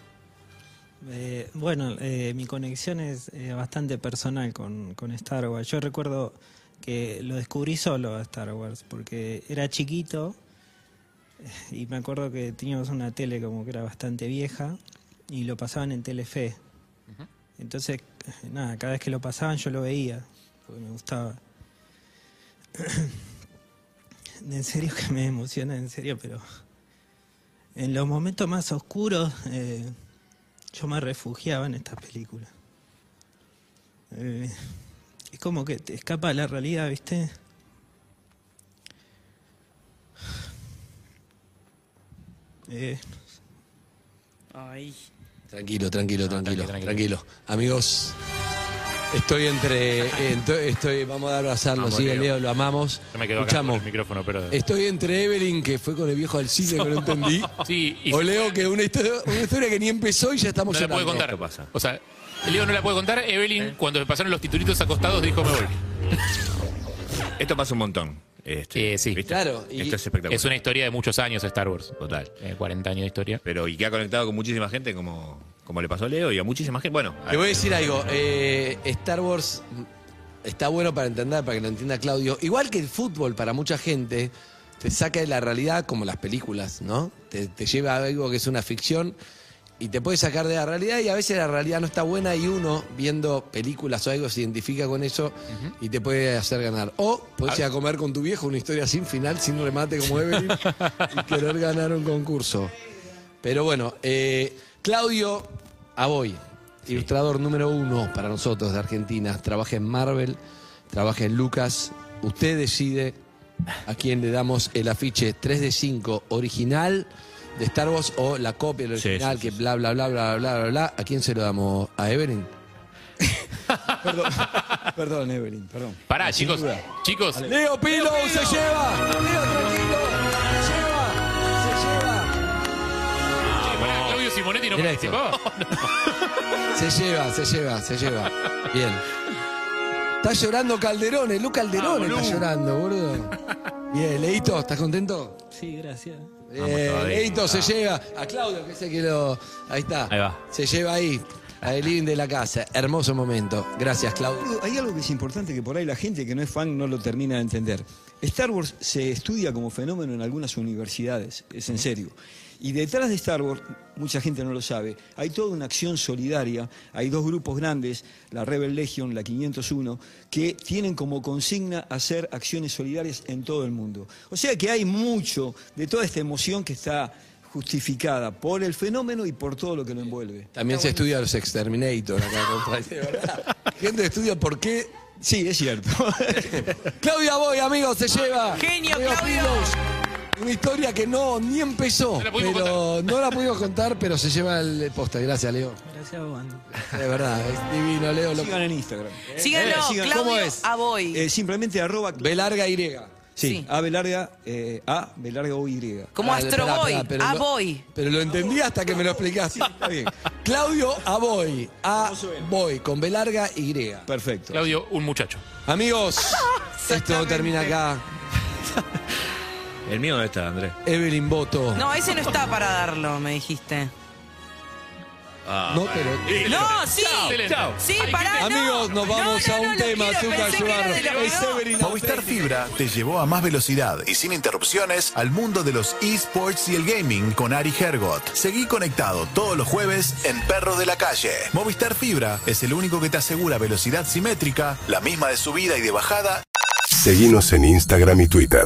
B: Eh, bueno, eh, mi conexión es eh, bastante personal con, con Star Wars. Yo recuerdo que lo descubrí solo a Star Wars, porque era chiquito eh, y me acuerdo que teníamos una tele como que era bastante vieja y lo pasaban en Telefe. Entonces, eh, nada, cada vez que lo pasaban yo lo veía, porque me gustaba. en serio que me emociona, en serio, pero en los momentos más oscuros eh, yo me refugiaba en estas películas. Eh, es como que te escapa de la realidad, ¿viste? Eh,
D: Tranquilo, tranquilo, tranquilo, tranquilo, Amigos, estoy entre. ento- estoy, vamos a abrazarlo,
H: Vamos,
D: sí,
H: Leo.
D: Leo, lo amamos.
H: Yo me quedo acá
D: Escuchamos. Eh,
H: con el micrófono, pero.
D: Estoy entre Evelyn, que fue con el viejo al cine, que no entendí.
H: Sí, y
D: O Leo, que una historia, una historia que ni empezó y ya
H: no
D: estamos
H: la puede
D: llorando.
H: contar. O sea, Leo no la puede contar. Evelyn,
F: Eh.
H: cuando me pasaron los titulitos acostados, dijo: Me voy.
E: Esto pasa un montón. Este,
H: Eh, sí,
D: claro.
E: Esto es espectacular.
H: Es una historia de muchos años Star Wars.
E: Total.
H: 40 años de historia.
E: Pero y que ha conectado con muchísima gente como, como le pasó a Leo y a muchísima gente. Bueno,
D: Te voy a decir algo. eh, Star Wars está bueno para entender, para que lo entienda Claudio. Igual que el fútbol, para mucha gente, te saca de la realidad como las películas, ¿no? Te, te lleva a algo que es una ficción y te puede sacar de la realidad y a veces la realidad no está buena y uno viendo películas o algo se identifica con eso y te puede hacer ganar. O
E: Ah.
D: puedes ir a comer con tu viejo una historia sin final, sin remate como Evelyn y querer ganar un concurso. Pero bueno, eh, Claudio Aboy, ilustrador número uno para nosotros de Argentina. Trabaja en Marvel, trabaja en Lucas. Usted decide a quién le damos el afiche 3 de 5 original de Star Wars o la copia del
E: Sí,
D: original,
E: sí,
D: que bla, bla, bla, bla, bla, bla, bla. ¿A quién se lo damos? ¿A Evelyn?
G: Perdón, perdón, Evelyn, perdón.
H: Pará,
G: Sin
H: chicos.
G: duda.
H: Chicos.
D: Leo Pilo se lleva. Leo, tranquilo.
H: Che, pará, Claudio Simonetti no
D: Mira
H: participó.
D: Se lleva, se lleva, se lleva. Bien. Está llorando Calderón, el Lu Calderón está llorando, boludo. Bien, Leito, ¿estás contento?
B: sí, gracias.
G: Eh,
D: Bien,
E: todavía. Ah.
D: Leito se lleva a Claudio, que es el que lo. Ahí está.
E: Ahí va.
D: Se lleva ahí, a el living de la casa. Hermoso momento. Gracias, Claudio.
G: Hay algo que es importante que por ahí la gente que no es fan no lo termina de entender. Star Wars se estudia como fenómeno en algunas universidades, es en serio. Y detrás de Star Wars, mucha gente no lo sabe, hay toda una acción solidaria, hay dos grupos grandes, la Rebel Legion, la 501, que tienen como consigna hacer acciones solidarias en todo el mundo. O sea que hay mucho de toda esta emoción que está justificada por el fenómeno y por todo lo que lo envuelve.
D: También se estudia a los Exterminator acá, compadre, de verdad. Gente estudia por qué.
G: Sí, es cierto.
D: Claudia Boy, amigos, se lleva.
F: Genio,
D: Amigos,
F: Claudio.
D: Pilos. Una historia que no, ni empezó.
H: la pudimos
D: pero no la pudimos contar, pero se lleva el posta. Gracias, Leo.
B: Gracias a vos, Andy.
D: De verdad, es divino, Leo. Lo... Eh,
G: Sigan en Instagram.
F: Síganlo,
G: Eh, sigan.
D: ¿Cómo
F: Claudio
D: es?
F: Aboy.
G: Eh, simplemente arroba
D: B larga Y.
G: Sí,
F: Sí.
G: A B larga, eh, A B larga O Y.
F: Como
D: Ah, Oh.
F: Astro
D: esperá,
F: Boy,
D: esperá, pero lo-
F: Aboy.
D: Pero lo entendí hasta que me lo explicaste. Está bien. Claudio Aboy. A Boy, con B larga Y.
G: Perfecto.
H: Claudio, un muchacho.
D: Amigos, esto termina acá.
E: el mío no está, Andrés.
D: Evelyn Boto.
F: No, ese no está para darlo, me dijiste.
E: Ah,
D: No,
E: bueno.
D: pero-
E: Y-
F: No, sí.
H: Excelente.
E: Chao.
F: Sí, pará, no.
D: Amigos, nos
F: No,
D: vamos
F: no,
D: a
F: no,
D: un
F: lo
D: tema,
F: quiero,
D: Azúcar
F: pensé que era de
D: Subarro.
F: los
D: Es
F: dos.
D: Evelyn
C: Movistar Fibra te llevó a más velocidad y sin interrupciones al mundo de los esports y el gaming con Ari Hergot. Seguí conectado todos los jueves en Perros de la Calle. Movistar Fibra es el único que te asegura velocidad simétrica, la misma de subida y de bajada.
A: Seguinos en Instagram y Twitter.